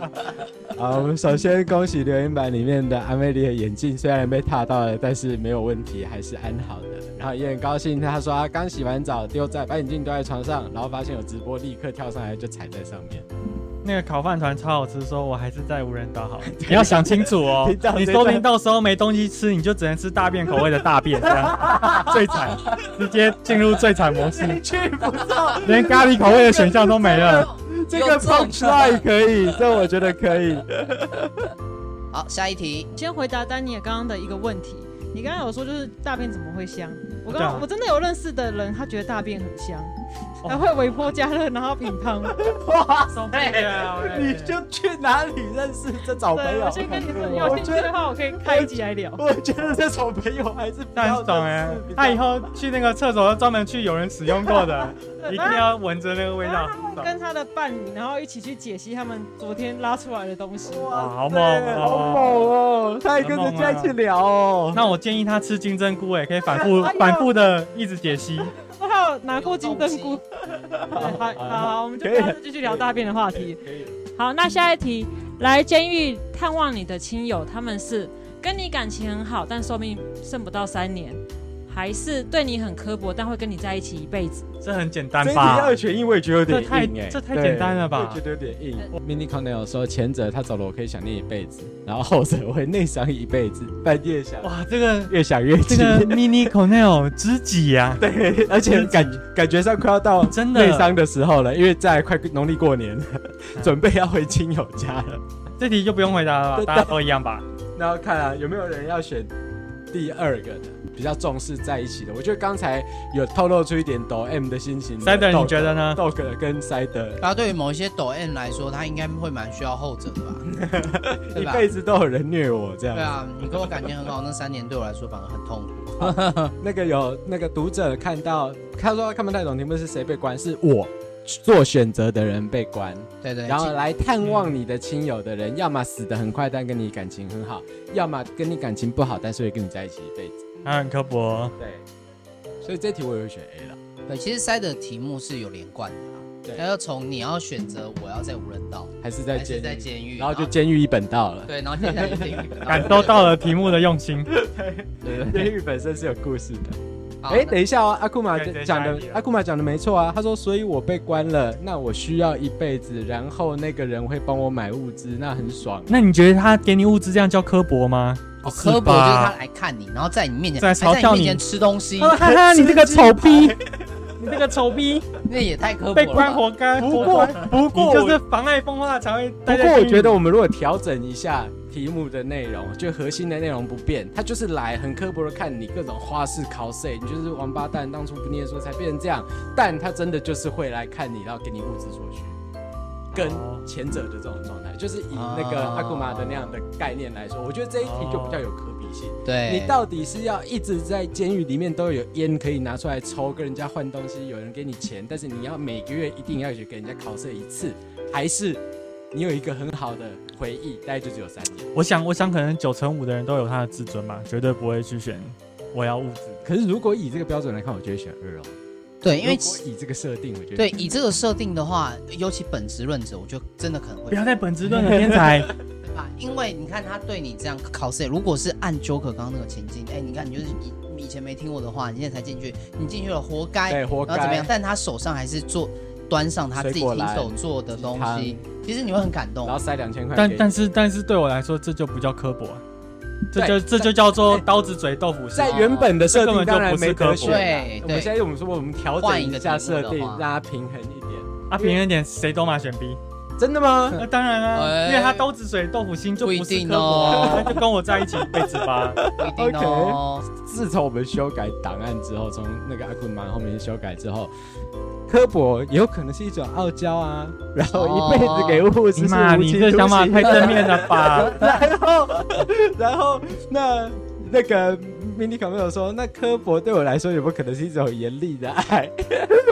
[SPEAKER 5] 好，我们首先恭喜留言板里面的安慰丽的眼镜，虽然被踏到了，但是没有问题，还是安好的。然后也很高兴，他说他啊刚洗完澡丢在把眼镜丢在床上，然后发现有直播，立刻跳上来就踩在上面。
[SPEAKER 4] 那个烤饭团超好吃，说我还是在无人岛 好。你要想清楚哦
[SPEAKER 5] 听到，
[SPEAKER 4] 你
[SPEAKER 5] 这
[SPEAKER 4] 说不定
[SPEAKER 5] 段
[SPEAKER 4] 到时候没东西吃，你就只能吃大便口味的大便，这 样最惨，直接进入最惨模式，
[SPEAKER 5] 去不到，
[SPEAKER 4] 连咖喱口味的选项都没了。
[SPEAKER 5] 这个 punchline 可以，这我觉得可以。
[SPEAKER 2] 好，下一题，
[SPEAKER 6] 先回答丹尼尔刚刚的一个问题，你刚刚有说就是大便怎么会香？我刚
[SPEAKER 4] 对啊哦
[SPEAKER 6] 刚我真的有认识的人，他觉得大便很香，还会微波加热，然后品 汤。
[SPEAKER 5] 哇，
[SPEAKER 4] 受不了欸
[SPEAKER 5] 你就去哪里认识这找朋
[SPEAKER 4] 啊
[SPEAKER 6] 对，
[SPEAKER 5] 友
[SPEAKER 6] 我？先跟你说，你
[SPEAKER 5] 我
[SPEAKER 6] 有兴
[SPEAKER 5] 觉
[SPEAKER 6] 趣
[SPEAKER 5] 得
[SPEAKER 6] 的话，我可以开一集来聊。
[SPEAKER 5] 我觉得这种朋友还是比
[SPEAKER 4] 但
[SPEAKER 5] 较
[SPEAKER 4] 很爽哎、他
[SPEAKER 5] 哎
[SPEAKER 4] 以后去那个厕所要专门去有人使用过 的，一
[SPEAKER 6] 对，
[SPEAKER 4] 定
[SPEAKER 6] 反正
[SPEAKER 4] 要闻着那个味道。
[SPEAKER 6] 他们跟他的伴侣，然后一起去解析他们昨天拉出来的东西。
[SPEAKER 4] 哇，好猛
[SPEAKER 5] 对，好猛
[SPEAKER 4] 哦！
[SPEAKER 5] 哦！他还跟着家去聊哦。
[SPEAKER 4] 那我建议他吃金针菇，哎，可以反复反复的一直解析。
[SPEAKER 6] 我还有拿过金针菇。对，好，好，我们就
[SPEAKER 5] 可以
[SPEAKER 6] 下次继续聊大便的话题。
[SPEAKER 5] 可以
[SPEAKER 3] 好，那下一题，来监狱探望你的亲友，他们是跟你感情很好，但寿命剩不到三年，还是对你很刻薄，但会跟你在一起一辈子？
[SPEAKER 4] 这很简
[SPEAKER 5] 这
[SPEAKER 4] 单
[SPEAKER 5] 一题
[SPEAKER 4] 吧
[SPEAKER 5] 二？选一，我也觉得有点
[SPEAKER 4] 这太
[SPEAKER 5] 硬哎，
[SPEAKER 4] 这太简单了吧
[SPEAKER 5] 对我也觉得有点硬。Mini Connell 说，前者他走了，我可以想念一辈子；然后后者我会内伤一辈子，半夜想，
[SPEAKER 4] 哇，这个
[SPEAKER 5] 越想越
[SPEAKER 4] 这
[SPEAKER 5] 气。
[SPEAKER 4] 个 mini Cornell 知己呀、
[SPEAKER 5] 对，而且感感觉上快要到
[SPEAKER 4] 真的
[SPEAKER 5] 内伤的时候了，因为在快农历过年了，
[SPEAKER 4] 嗯
[SPEAKER 5] 准备要回亲友家了。
[SPEAKER 4] 这题就不用回答了吧，
[SPEAKER 5] 对
[SPEAKER 4] 大家都一样吧？
[SPEAKER 5] 那要看啊，有没有人要选第二个的，比较重视在一起的。我觉得刚才有透露出一点抖 M 的心情。
[SPEAKER 4] 塞德，
[SPEAKER 5] 抖
[SPEAKER 4] 你觉得呢？
[SPEAKER 5] 豆哥跟塞德
[SPEAKER 2] 那对于某一些抖 N 来说，他应该会蛮需要后者的吧？对
[SPEAKER 5] 一
[SPEAKER 2] 吧？
[SPEAKER 5] 辈子都有人虐我这样。
[SPEAKER 2] 对啊，你跟我感情很好，那三年对我来说反而很痛苦。
[SPEAKER 5] 那个有那个读者看到，他说他看不太懂题目是谁被关，是我做选择的人被关，
[SPEAKER 2] 对对，
[SPEAKER 5] 然后来探望你的亲友的人，要么死得很快，但跟你感情很好；要么跟你感情不好，但是会跟你在一起一辈子。
[SPEAKER 4] 他啊很刻薄，
[SPEAKER 5] 对，所以这题我也会选 A 了。
[SPEAKER 2] 对，其实塞的题目是有连贯的啦。
[SPEAKER 5] 对
[SPEAKER 2] 他要从你要选择我要在无人岛
[SPEAKER 5] 还是在
[SPEAKER 2] 还
[SPEAKER 5] 监
[SPEAKER 2] 是在
[SPEAKER 5] 狱，
[SPEAKER 2] 监狱，啊
[SPEAKER 5] 然后就监狱一本到了。
[SPEAKER 2] 对，然后现在就监狱。
[SPEAKER 4] 感受到了题目的用心。
[SPEAKER 5] 监狱本身是有故事的。
[SPEAKER 2] 好
[SPEAKER 5] 哎，等一下哦，阿库玛
[SPEAKER 4] 对对
[SPEAKER 5] 讲
[SPEAKER 4] 下一
[SPEAKER 5] 的
[SPEAKER 4] 题了
[SPEAKER 5] 阿库玛讲的没错啊，他说，所以我被关了，那我需要一辈子，然后那个人会帮我买物资，那很爽。
[SPEAKER 4] 那你觉得他给你物资这样叫刻薄吗？
[SPEAKER 2] 哦
[SPEAKER 4] 不是
[SPEAKER 2] 科博就是他
[SPEAKER 4] 吧？
[SPEAKER 2] 来看你，然后在你面前
[SPEAKER 4] 在嘲
[SPEAKER 2] 还在
[SPEAKER 4] 笑
[SPEAKER 2] 你
[SPEAKER 4] 你
[SPEAKER 2] 面前吃东 西，
[SPEAKER 4] 哈哈，你这个丑逼， 你这个丑逼，
[SPEAKER 2] 那也太科
[SPEAKER 4] 被
[SPEAKER 2] 博
[SPEAKER 4] 关
[SPEAKER 2] 了吧。
[SPEAKER 4] 活该。
[SPEAKER 5] 不过不
[SPEAKER 4] 你
[SPEAKER 5] 过
[SPEAKER 4] 就
[SPEAKER 5] 我
[SPEAKER 4] 是妨碍风化才会
[SPEAKER 5] 不
[SPEAKER 4] 待在
[SPEAKER 5] 过
[SPEAKER 4] 监狱。
[SPEAKER 5] 我觉得我们如果调整一下题目的内容，就核心的内容不变，他就是来很刻薄的看你各种花式 cos，你就是王八蛋，当初不念书才变成这样，但他真的就是会来看你，然后给你物质所需。跟
[SPEAKER 4] 哦
[SPEAKER 5] 前者的这种状态，就是以那个
[SPEAKER 2] 哦
[SPEAKER 5] 阿库玛的那样的概念来说，我觉得这一题就比较有可比性。
[SPEAKER 2] 对，
[SPEAKER 5] 你到底是要一直在监狱里面都有烟可以拿出来抽，跟人家换东西，有人给你钱，但是你要每个月一定要去给人家考试一次，还是你有一个很好的回忆，大概就只有三年。
[SPEAKER 4] 我想，我想可能九成五的人都有他的自尊吧，绝对不会去选我要物资。
[SPEAKER 5] 可是如果以这个标准来看，我就会选二哦。
[SPEAKER 2] 对，因为
[SPEAKER 5] 如果以这个设定，我觉得
[SPEAKER 2] 对以这个设定的话，尤其本职论者，我觉得真的可能会
[SPEAKER 4] 不要再本质论了，天才。
[SPEAKER 2] 对吧？因为你看他对你这样考试，如果是按 Joker 刚刚那个情境，哎，你看你就是以以前没听我的话，你现在才进去，你进去了活该，
[SPEAKER 5] 对哎活
[SPEAKER 2] 然后怎么
[SPEAKER 5] 该
[SPEAKER 2] 样？，但他手上还是做端上他自己
[SPEAKER 5] 水果
[SPEAKER 2] 亲
[SPEAKER 5] 篮
[SPEAKER 2] 手做的东
[SPEAKER 5] 鸡
[SPEAKER 2] 西，其实你会很感
[SPEAKER 5] 然
[SPEAKER 2] 动
[SPEAKER 5] 后。塞两千块给
[SPEAKER 4] 但
[SPEAKER 5] 你。
[SPEAKER 4] 但是但是对我来说，这就不叫刻薄、啊，这
[SPEAKER 5] 对
[SPEAKER 4] 就这就叫做刀子嘴豆腐心
[SPEAKER 5] 在。原本的设定当然没得选啦
[SPEAKER 2] 对对
[SPEAKER 5] 我们现在我们说我们调整一下设定，让它平衡一点。
[SPEAKER 4] 啊，平衡点谁都嘛选 B，
[SPEAKER 5] 真的吗？
[SPEAKER 4] 那当然啦，
[SPEAKER 2] 哎
[SPEAKER 4] 因为他刀子嘴豆腐心就
[SPEAKER 2] 不一
[SPEAKER 4] 不是
[SPEAKER 2] 定
[SPEAKER 4] 科博啊，
[SPEAKER 2] 哦
[SPEAKER 4] 他就跟我在一起一辈子 吧。
[SPEAKER 2] 不一定哦。
[SPEAKER 5] 自从我们修改档案之后，从那个阿库玛后面修改之后，科博也有可能是一种傲娇啊，然后一辈子给护 士
[SPEAKER 4] 尼
[SPEAKER 5] 是
[SPEAKER 4] 玛，
[SPEAKER 5] 无
[SPEAKER 4] 哎你
[SPEAKER 5] 期
[SPEAKER 4] 这
[SPEAKER 5] 徒
[SPEAKER 4] 想法
[SPEAKER 5] 刑
[SPEAKER 4] 太正面了吧？
[SPEAKER 5] 然后，然后那那个 mini 小朋友说，那科博对我来说有没有可能是一种严厉的爱？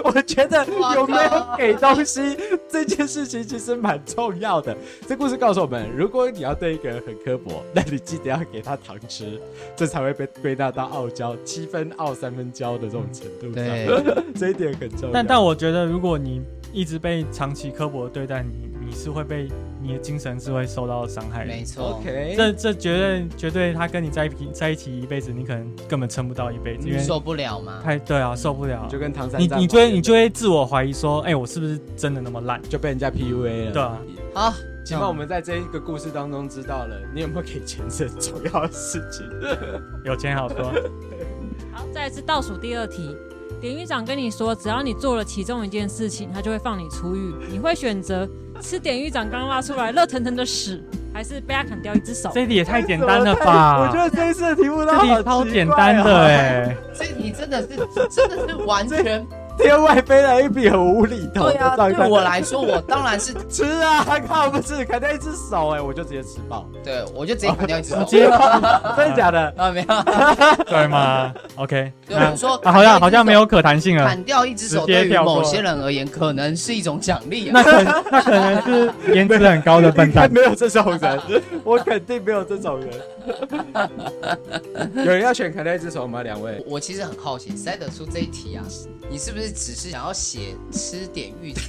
[SPEAKER 5] 我觉得
[SPEAKER 2] 哇
[SPEAKER 5] 有没有
[SPEAKER 2] 靠
[SPEAKER 5] 给东西这件事情其实蛮重要的。这故事告诉我们，如果你要对一个人很刻薄，那你记得要给他糖吃，这才会被归纳到傲娇，七分傲三分娇的这种程度上。
[SPEAKER 2] 对，
[SPEAKER 5] 这一点很重要。
[SPEAKER 4] 但但我觉得，如果你一直被长期刻薄地对待，你你是会被你的精神是会受到伤害的。
[SPEAKER 2] 没错。
[SPEAKER 5] OK，
[SPEAKER 4] 这这绝对绝对，他跟你在一起在一起一辈子，你可能根本撑不到一辈子，因为
[SPEAKER 2] 受不了嘛？
[SPEAKER 4] 太对啊，受不了
[SPEAKER 5] 你。就跟唐三
[SPEAKER 4] 你
[SPEAKER 5] 藏
[SPEAKER 4] 你
[SPEAKER 5] 抱
[SPEAKER 4] 就会
[SPEAKER 5] 怨
[SPEAKER 4] 你就会自我怀疑说，哎、我是不是真的那么烂？
[SPEAKER 5] 就被人家 PUA 了。
[SPEAKER 4] 对啊
[SPEAKER 2] 好，
[SPEAKER 5] 起码我们在这一个故事当中知道了，你有没有给钱是很重要的事情。
[SPEAKER 4] 有钱好 说。
[SPEAKER 3] 好，再来是倒数第二题。典狱长跟你说，只要你做了其中一件事情，他就会放你出狱。你会选择吃典狱长刚拉出来热腾腾的屎，还是被他砍掉一只手？
[SPEAKER 4] 这题也太简单了吧？
[SPEAKER 5] 我觉得这一次的题目
[SPEAKER 4] 这
[SPEAKER 5] 都好啊
[SPEAKER 4] 题超简单的
[SPEAKER 5] 哎、
[SPEAKER 4] 哎、
[SPEAKER 2] 这题真的是真的是完全
[SPEAKER 5] 天外飞来一笔很无厘头的
[SPEAKER 2] 对啊，
[SPEAKER 5] 状态。
[SPEAKER 2] 对我来说，我当然是
[SPEAKER 5] 吃啊，靠，不是砍掉一只手哎、我就直接吃爆，
[SPEAKER 2] 对，我就直接砍掉一 只手。
[SPEAKER 5] 真的假的？。
[SPEAKER 2] 啊，没有，
[SPEAKER 4] 对吗？OK，
[SPEAKER 2] 对，
[SPEAKER 4] 那
[SPEAKER 2] 我说
[SPEAKER 4] 啊好像好像没有可弹性了。
[SPEAKER 2] 砍掉一只手，
[SPEAKER 4] 直接
[SPEAKER 2] 对于
[SPEAKER 4] 跳过
[SPEAKER 2] 某些人而言，可能是一种奖励
[SPEAKER 4] 那
[SPEAKER 2] 啊。
[SPEAKER 4] 可能那可能是颜值很高的笨蛋
[SPEAKER 5] 没有这种人，我肯定没有这种人。 有人要选砍掉一只手吗？两位？
[SPEAKER 2] 我我其实很好奇，塞得出这一题啊？你是不是只是想要写吃点玉 子？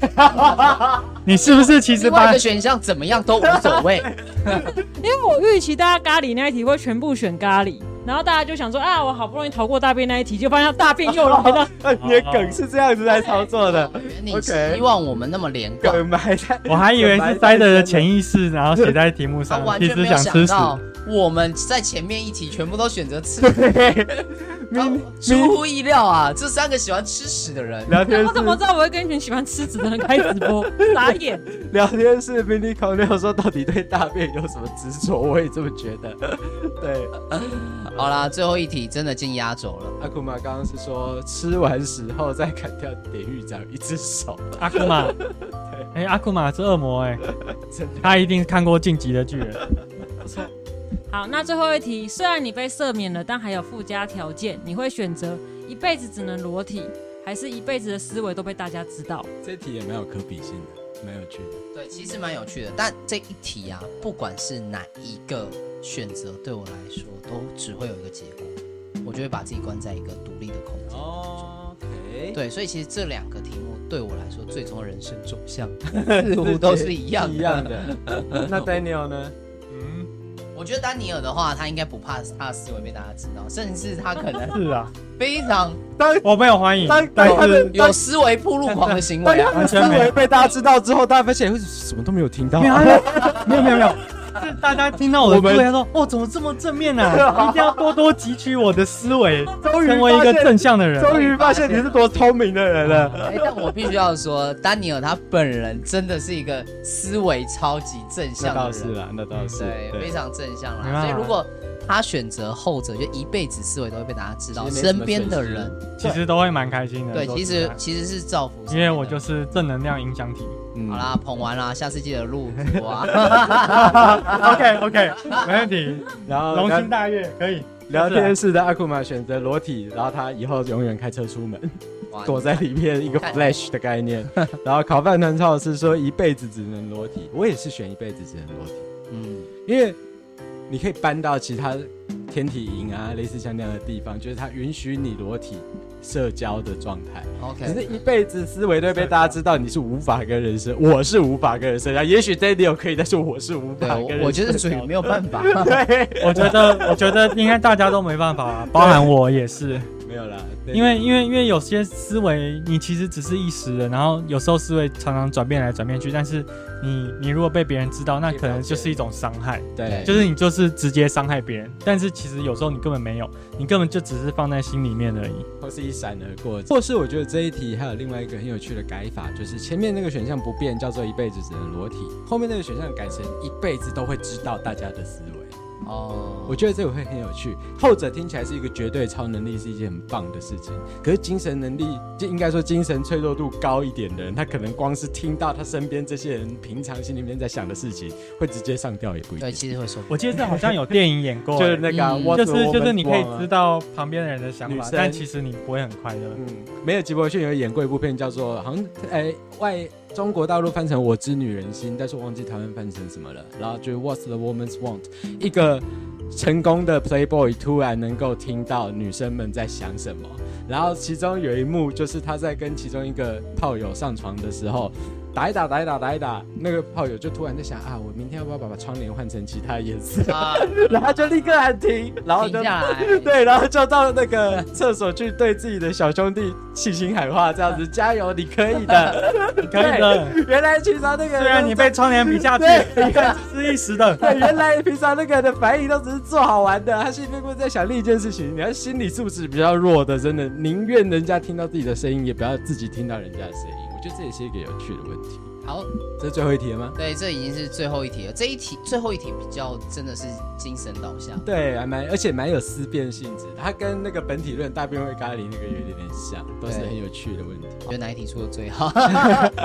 [SPEAKER 4] 你是不是其实
[SPEAKER 2] 另外一
[SPEAKER 4] 把
[SPEAKER 2] 个选项怎么样都无所 谓。
[SPEAKER 3] 因为我预期大家咖喱那一题会全部选咖喱，然后大家就想说啊，我好不容易逃过大便那一题，就发现大便又来 了。
[SPEAKER 5] 呃，你的梗是这样子来操作的，
[SPEAKER 2] 你
[SPEAKER 5] OK
[SPEAKER 2] 希望我们那么连贯，
[SPEAKER 5] 梗埋在。
[SPEAKER 4] 我还以为是塞德的潜意识，然后写在题目
[SPEAKER 2] 他
[SPEAKER 4] 上，
[SPEAKER 2] 完
[SPEAKER 4] 其
[SPEAKER 2] 全
[SPEAKER 4] 实
[SPEAKER 2] 没有
[SPEAKER 4] 吃
[SPEAKER 2] 想
[SPEAKER 4] 屎。
[SPEAKER 2] 到我们在前面一题全部都选择吃，
[SPEAKER 5] 咪
[SPEAKER 2] 然后出乎意料啊！这三个喜欢吃屎的人，
[SPEAKER 5] 聊天
[SPEAKER 3] 我
[SPEAKER 5] 室
[SPEAKER 3] 怎么知道我会跟一群喜欢吃纸的人开直播？ 傻眼！
[SPEAKER 5] 聊天室 mini c o n 说到底对大便有什么执着？我也这么觉得。 对，
[SPEAKER 2] 好啦，最后一题真的进压轴了。
[SPEAKER 5] 阿库玛刚刚是说吃完屎后再砍掉典狱长一只手，
[SPEAKER 4] 阿库 玛，哎，阿库玛是恶魔哎，
[SPEAKER 5] 真的
[SPEAKER 4] 他一定看过《晋级的巨人》。
[SPEAKER 3] 好，那最后一题，虽然你被赦免了，但还有附加条件，你会选择一辈子只能裸体，还是一辈子的思维都被大家知道？
[SPEAKER 5] 这题也蛮有可比性的，蛮有趣的。
[SPEAKER 2] 对，其实蛮有趣的，但这一题啊，不管是哪一个选择，对我来说都只会有一个结果，我就会把自己关在一个独立的空间。
[SPEAKER 5] 哦，OK，
[SPEAKER 2] 对，所以其实这两个题目对我来说，最终的人生走向 似乎都是一样的。
[SPEAKER 5] 一样的。那 Daniel 呢？
[SPEAKER 4] 嗯，
[SPEAKER 2] 我觉得丹尼尔的话，他应该不怕他的思维被大家知道，甚至他可能
[SPEAKER 4] 是啊，
[SPEAKER 2] 非常
[SPEAKER 4] 我没有欢迎
[SPEAKER 5] 当，
[SPEAKER 4] 但
[SPEAKER 5] 当哎他
[SPEAKER 4] 是
[SPEAKER 5] 们
[SPEAKER 2] 有思维铺路狂的行
[SPEAKER 5] 当
[SPEAKER 2] 为
[SPEAKER 5] 他
[SPEAKER 2] 啊。
[SPEAKER 5] 们的思维被大家知道之后，大家发现哎为什么什么都没有听到
[SPEAKER 4] 没有
[SPEAKER 5] 啊？
[SPEAKER 4] 没有没有没有，哦是大家听到我的思维，他说哦，怎么这么正面呢？ 一定要多多汲取我的思维，
[SPEAKER 5] 终于
[SPEAKER 4] 成为一个正向的人。啊
[SPEAKER 5] 终于发现你是多聪明的人了。
[SPEAKER 2] 哎，但我必须要说，丹尼尔他本人真的是一个思维超级正向 的人，
[SPEAKER 5] 啦，那倒啊
[SPEAKER 2] 对，非常正向
[SPEAKER 4] 没
[SPEAKER 2] 啦。
[SPEAKER 4] 办法
[SPEAKER 2] 所以如果他选择后者，就一辈子思维都会被大家知道，
[SPEAKER 5] 其实没什
[SPEAKER 2] 身
[SPEAKER 5] 么
[SPEAKER 2] 边的
[SPEAKER 5] 损失
[SPEAKER 2] 人，
[SPEAKER 4] 其实都会蛮开心的。
[SPEAKER 2] 对，
[SPEAKER 4] 说
[SPEAKER 2] 其
[SPEAKER 4] 实
[SPEAKER 2] 实
[SPEAKER 4] 在
[SPEAKER 2] 其实是造福身边的人。
[SPEAKER 4] 因为我就是正能量影响体。
[SPEAKER 5] 嗯
[SPEAKER 2] 好啦，捧完啦，下次记得录直 播啊。
[SPEAKER 4] OK OK，没问题，
[SPEAKER 5] 然后
[SPEAKER 4] 龙
[SPEAKER 5] 那
[SPEAKER 4] 心大悦可以。
[SPEAKER 5] 聊天室的阿库玛选择裸体，然后他以后永远开车出门，
[SPEAKER 2] 哇
[SPEAKER 5] 躲在里面一个 flash 的概念。然后烤饭团超老师说一辈子只能裸体，我也是选一辈子只能裸体，
[SPEAKER 2] 嗯，
[SPEAKER 5] 因为你可以搬到其他天体营啊，类似像那样的地方，就是它允许你裸体社交的状态。只
[SPEAKER 2] OK，
[SPEAKER 5] 是一辈子思维都会被大家知道，你是无法跟人社，我是无法跟人社交。也许 Daniel 可以，但是我是无
[SPEAKER 2] 对
[SPEAKER 5] 法跟人
[SPEAKER 2] 我我就是属于没 有办法。
[SPEAKER 5] 对，
[SPEAKER 4] 我觉得，我觉得应该大家都没办法，包含我也是。
[SPEAKER 5] 没有啦，对
[SPEAKER 4] 因为因为因为有些思维你其实只是一时的，然后有时候思维常常转变来转变去，但是你你如果被别人知道，那可能就是一种伤害，
[SPEAKER 5] 对，
[SPEAKER 4] 就是你就是直接伤害别人，但是其实有时候你根本没有，你根本就只是放在心里面而已。
[SPEAKER 5] 或是一闪而过，或是我觉得这一题还有另外一个很有趣的改法，就是前面那个选项不变，叫做一辈子只能裸体，后面那个选项改成一辈子都会知道大家的思维。
[SPEAKER 2] 哦，
[SPEAKER 5] 我觉得这个会很有趣。后者听起来是一个绝对超能力，是一件很棒的事情。可是精神能力，就应该说精神脆弱度高一点的人，他可能光是听到他身边这些人平常心里面在想的事情，会直接上吊也不一定
[SPEAKER 2] 对，。其实会说
[SPEAKER 4] 我记得这好像有电影演过、
[SPEAKER 5] 就是那个啊、
[SPEAKER 2] 嗯
[SPEAKER 5] What's
[SPEAKER 4] 就
[SPEAKER 5] a
[SPEAKER 4] 是
[SPEAKER 5] Woman's
[SPEAKER 4] 就是你可以
[SPEAKER 5] World 啊
[SPEAKER 4] 知道旁边的人的想
[SPEAKER 5] 女
[SPEAKER 4] 法
[SPEAKER 5] 生，
[SPEAKER 4] 但其实你不会很快乐。
[SPEAKER 5] 嗯，没有吉伯逊有演过一部片，叫做好像哎外中国大陆翻成《我知女人心》，但是我忘记台湾翻成什么了。然后就是 What's the woman's want？一个成功的 playboy 突然能够听到女生们在想什么。然后其中有一幕就是他在跟其中一个炮友上床的时候，打一打打一打打一打，那个炮友就突然在想啊，我明天要不要把窗帘换成其他 颜色？
[SPEAKER 2] 啊，
[SPEAKER 5] 然后他就立刻按停，然后就
[SPEAKER 2] 停下来，
[SPEAKER 5] 对，然后就到那个厕所去对自己的小兄弟信心喊话，这样 子加油，你可以的。
[SPEAKER 4] 你可以的，
[SPEAKER 5] 原来平常那 个人
[SPEAKER 4] 虽然你被窗帘比下去，
[SPEAKER 5] 对
[SPEAKER 4] 你看只是一时的。
[SPEAKER 5] 对，原来平常那个人的反应都只是做好玩的，他心里面会在想另一件事情。你要心理素质比较弱的，真的宁愿人家听到自己的声音，也不要自己听到人家的声音。我觉得这也是一个有趣的问题。
[SPEAKER 2] 好，
[SPEAKER 5] 这是最后一题了吗？
[SPEAKER 2] 对，这已经是最后一题了。这一题最后一题比较真的是精神导向，
[SPEAKER 5] 对，还蛮而且蛮有思辨性质的，它跟那个本体论大便会咖喱那个有一点点像，都是
[SPEAKER 2] 对
[SPEAKER 5] 很有趣的问题。
[SPEAKER 2] 我觉得哪一题出的最 好？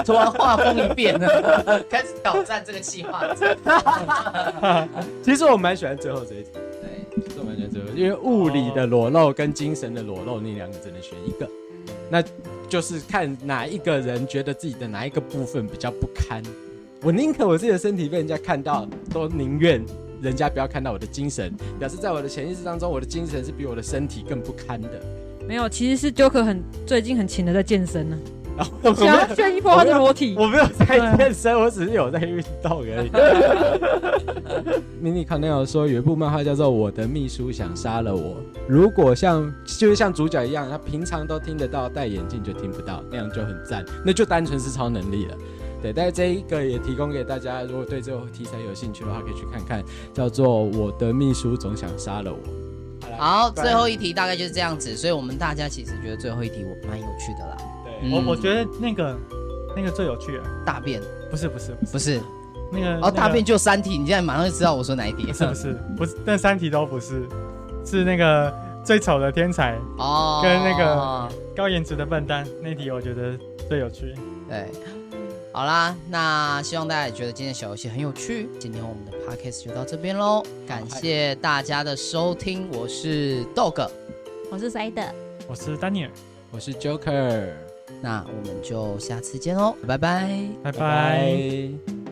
[SPEAKER 2] 突然画风一变， 开始挑战这个计 划。
[SPEAKER 5] 其实我蛮喜欢最后这一题。
[SPEAKER 2] 对，
[SPEAKER 5] 这完全正确，因为物理的裸露跟精神的裸露，你两个只能选一个，那就是看哪一个人觉得自己的哪一个部分比较不堪。我宁可我自己的身体被人家看到，都宁愿人家不要看到我的精神，表示在我的潜意识当中，我的精神是比我的身体更不堪的。
[SPEAKER 3] 没有，其实是 Joker 很最近很勤的在健身呢、
[SPEAKER 5] 然后 我没
[SPEAKER 6] 想
[SPEAKER 5] 有，
[SPEAKER 6] 要炫一波他的裸体。
[SPEAKER 5] 我没有在健身，我只是有在运动而已。Mini Connell 说，有一部漫画叫做《我的秘书想杀了我》，如果像就是像主角一样，他平常都听得到，戴眼镜就听不到，那样就很赞，那就单纯是超能力了。对，但是这一个也提供给大家，如果对这个题材有兴趣的话，可以去看看，叫做《我的秘书总想杀了我》。
[SPEAKER 2] 好，最后一题大概就是这样子，所以我们大家其实觉得最后一题我蛮有趣的啦。
[SPEAKER 5] 对
[SPEAKER 2] 嗯
[SPEAKER 4] 我我觉得那个那个最有趣了，
[SPEAKER 2] 大便
[SPEAKER 4] 不是不是不是
[SPEAKER 2] 不是，
[SPEAKER 4] 那个
[SPEAKER 2] 哦，大
[SPEAKER 4] 呃那个
[SPEAKER 2] 便就三题，你现在马上就知道我说哪一题
[SPEAKER 4] 不 是不是不是，那三题都不是，是那个最丑的天才，
[SPEAKER 2] 哦，
[SPEAKER 4] 跟那个高颜值的笨蛋那题，我觉得最有趣。
[SPEAKER 2] 对，好啦，那希望大家也觉得今天的小游戏很有趣。今天我们的 podcast 就到这边喽，感谢大家的收听，我是 Dog，
[SPEAKER 3] 我是 Side。
[SPEAKER 4] 我是丹尼尔，
[SPEAKER 5] 我是 Joker，
[SPEAKER 2] 那我们就下次见喽，拜拜。
[SPEAKER 4] 拜
[SPEAKER 5] 拜
[SPEAKER 4] 拜
[SPEAKER 5] 拜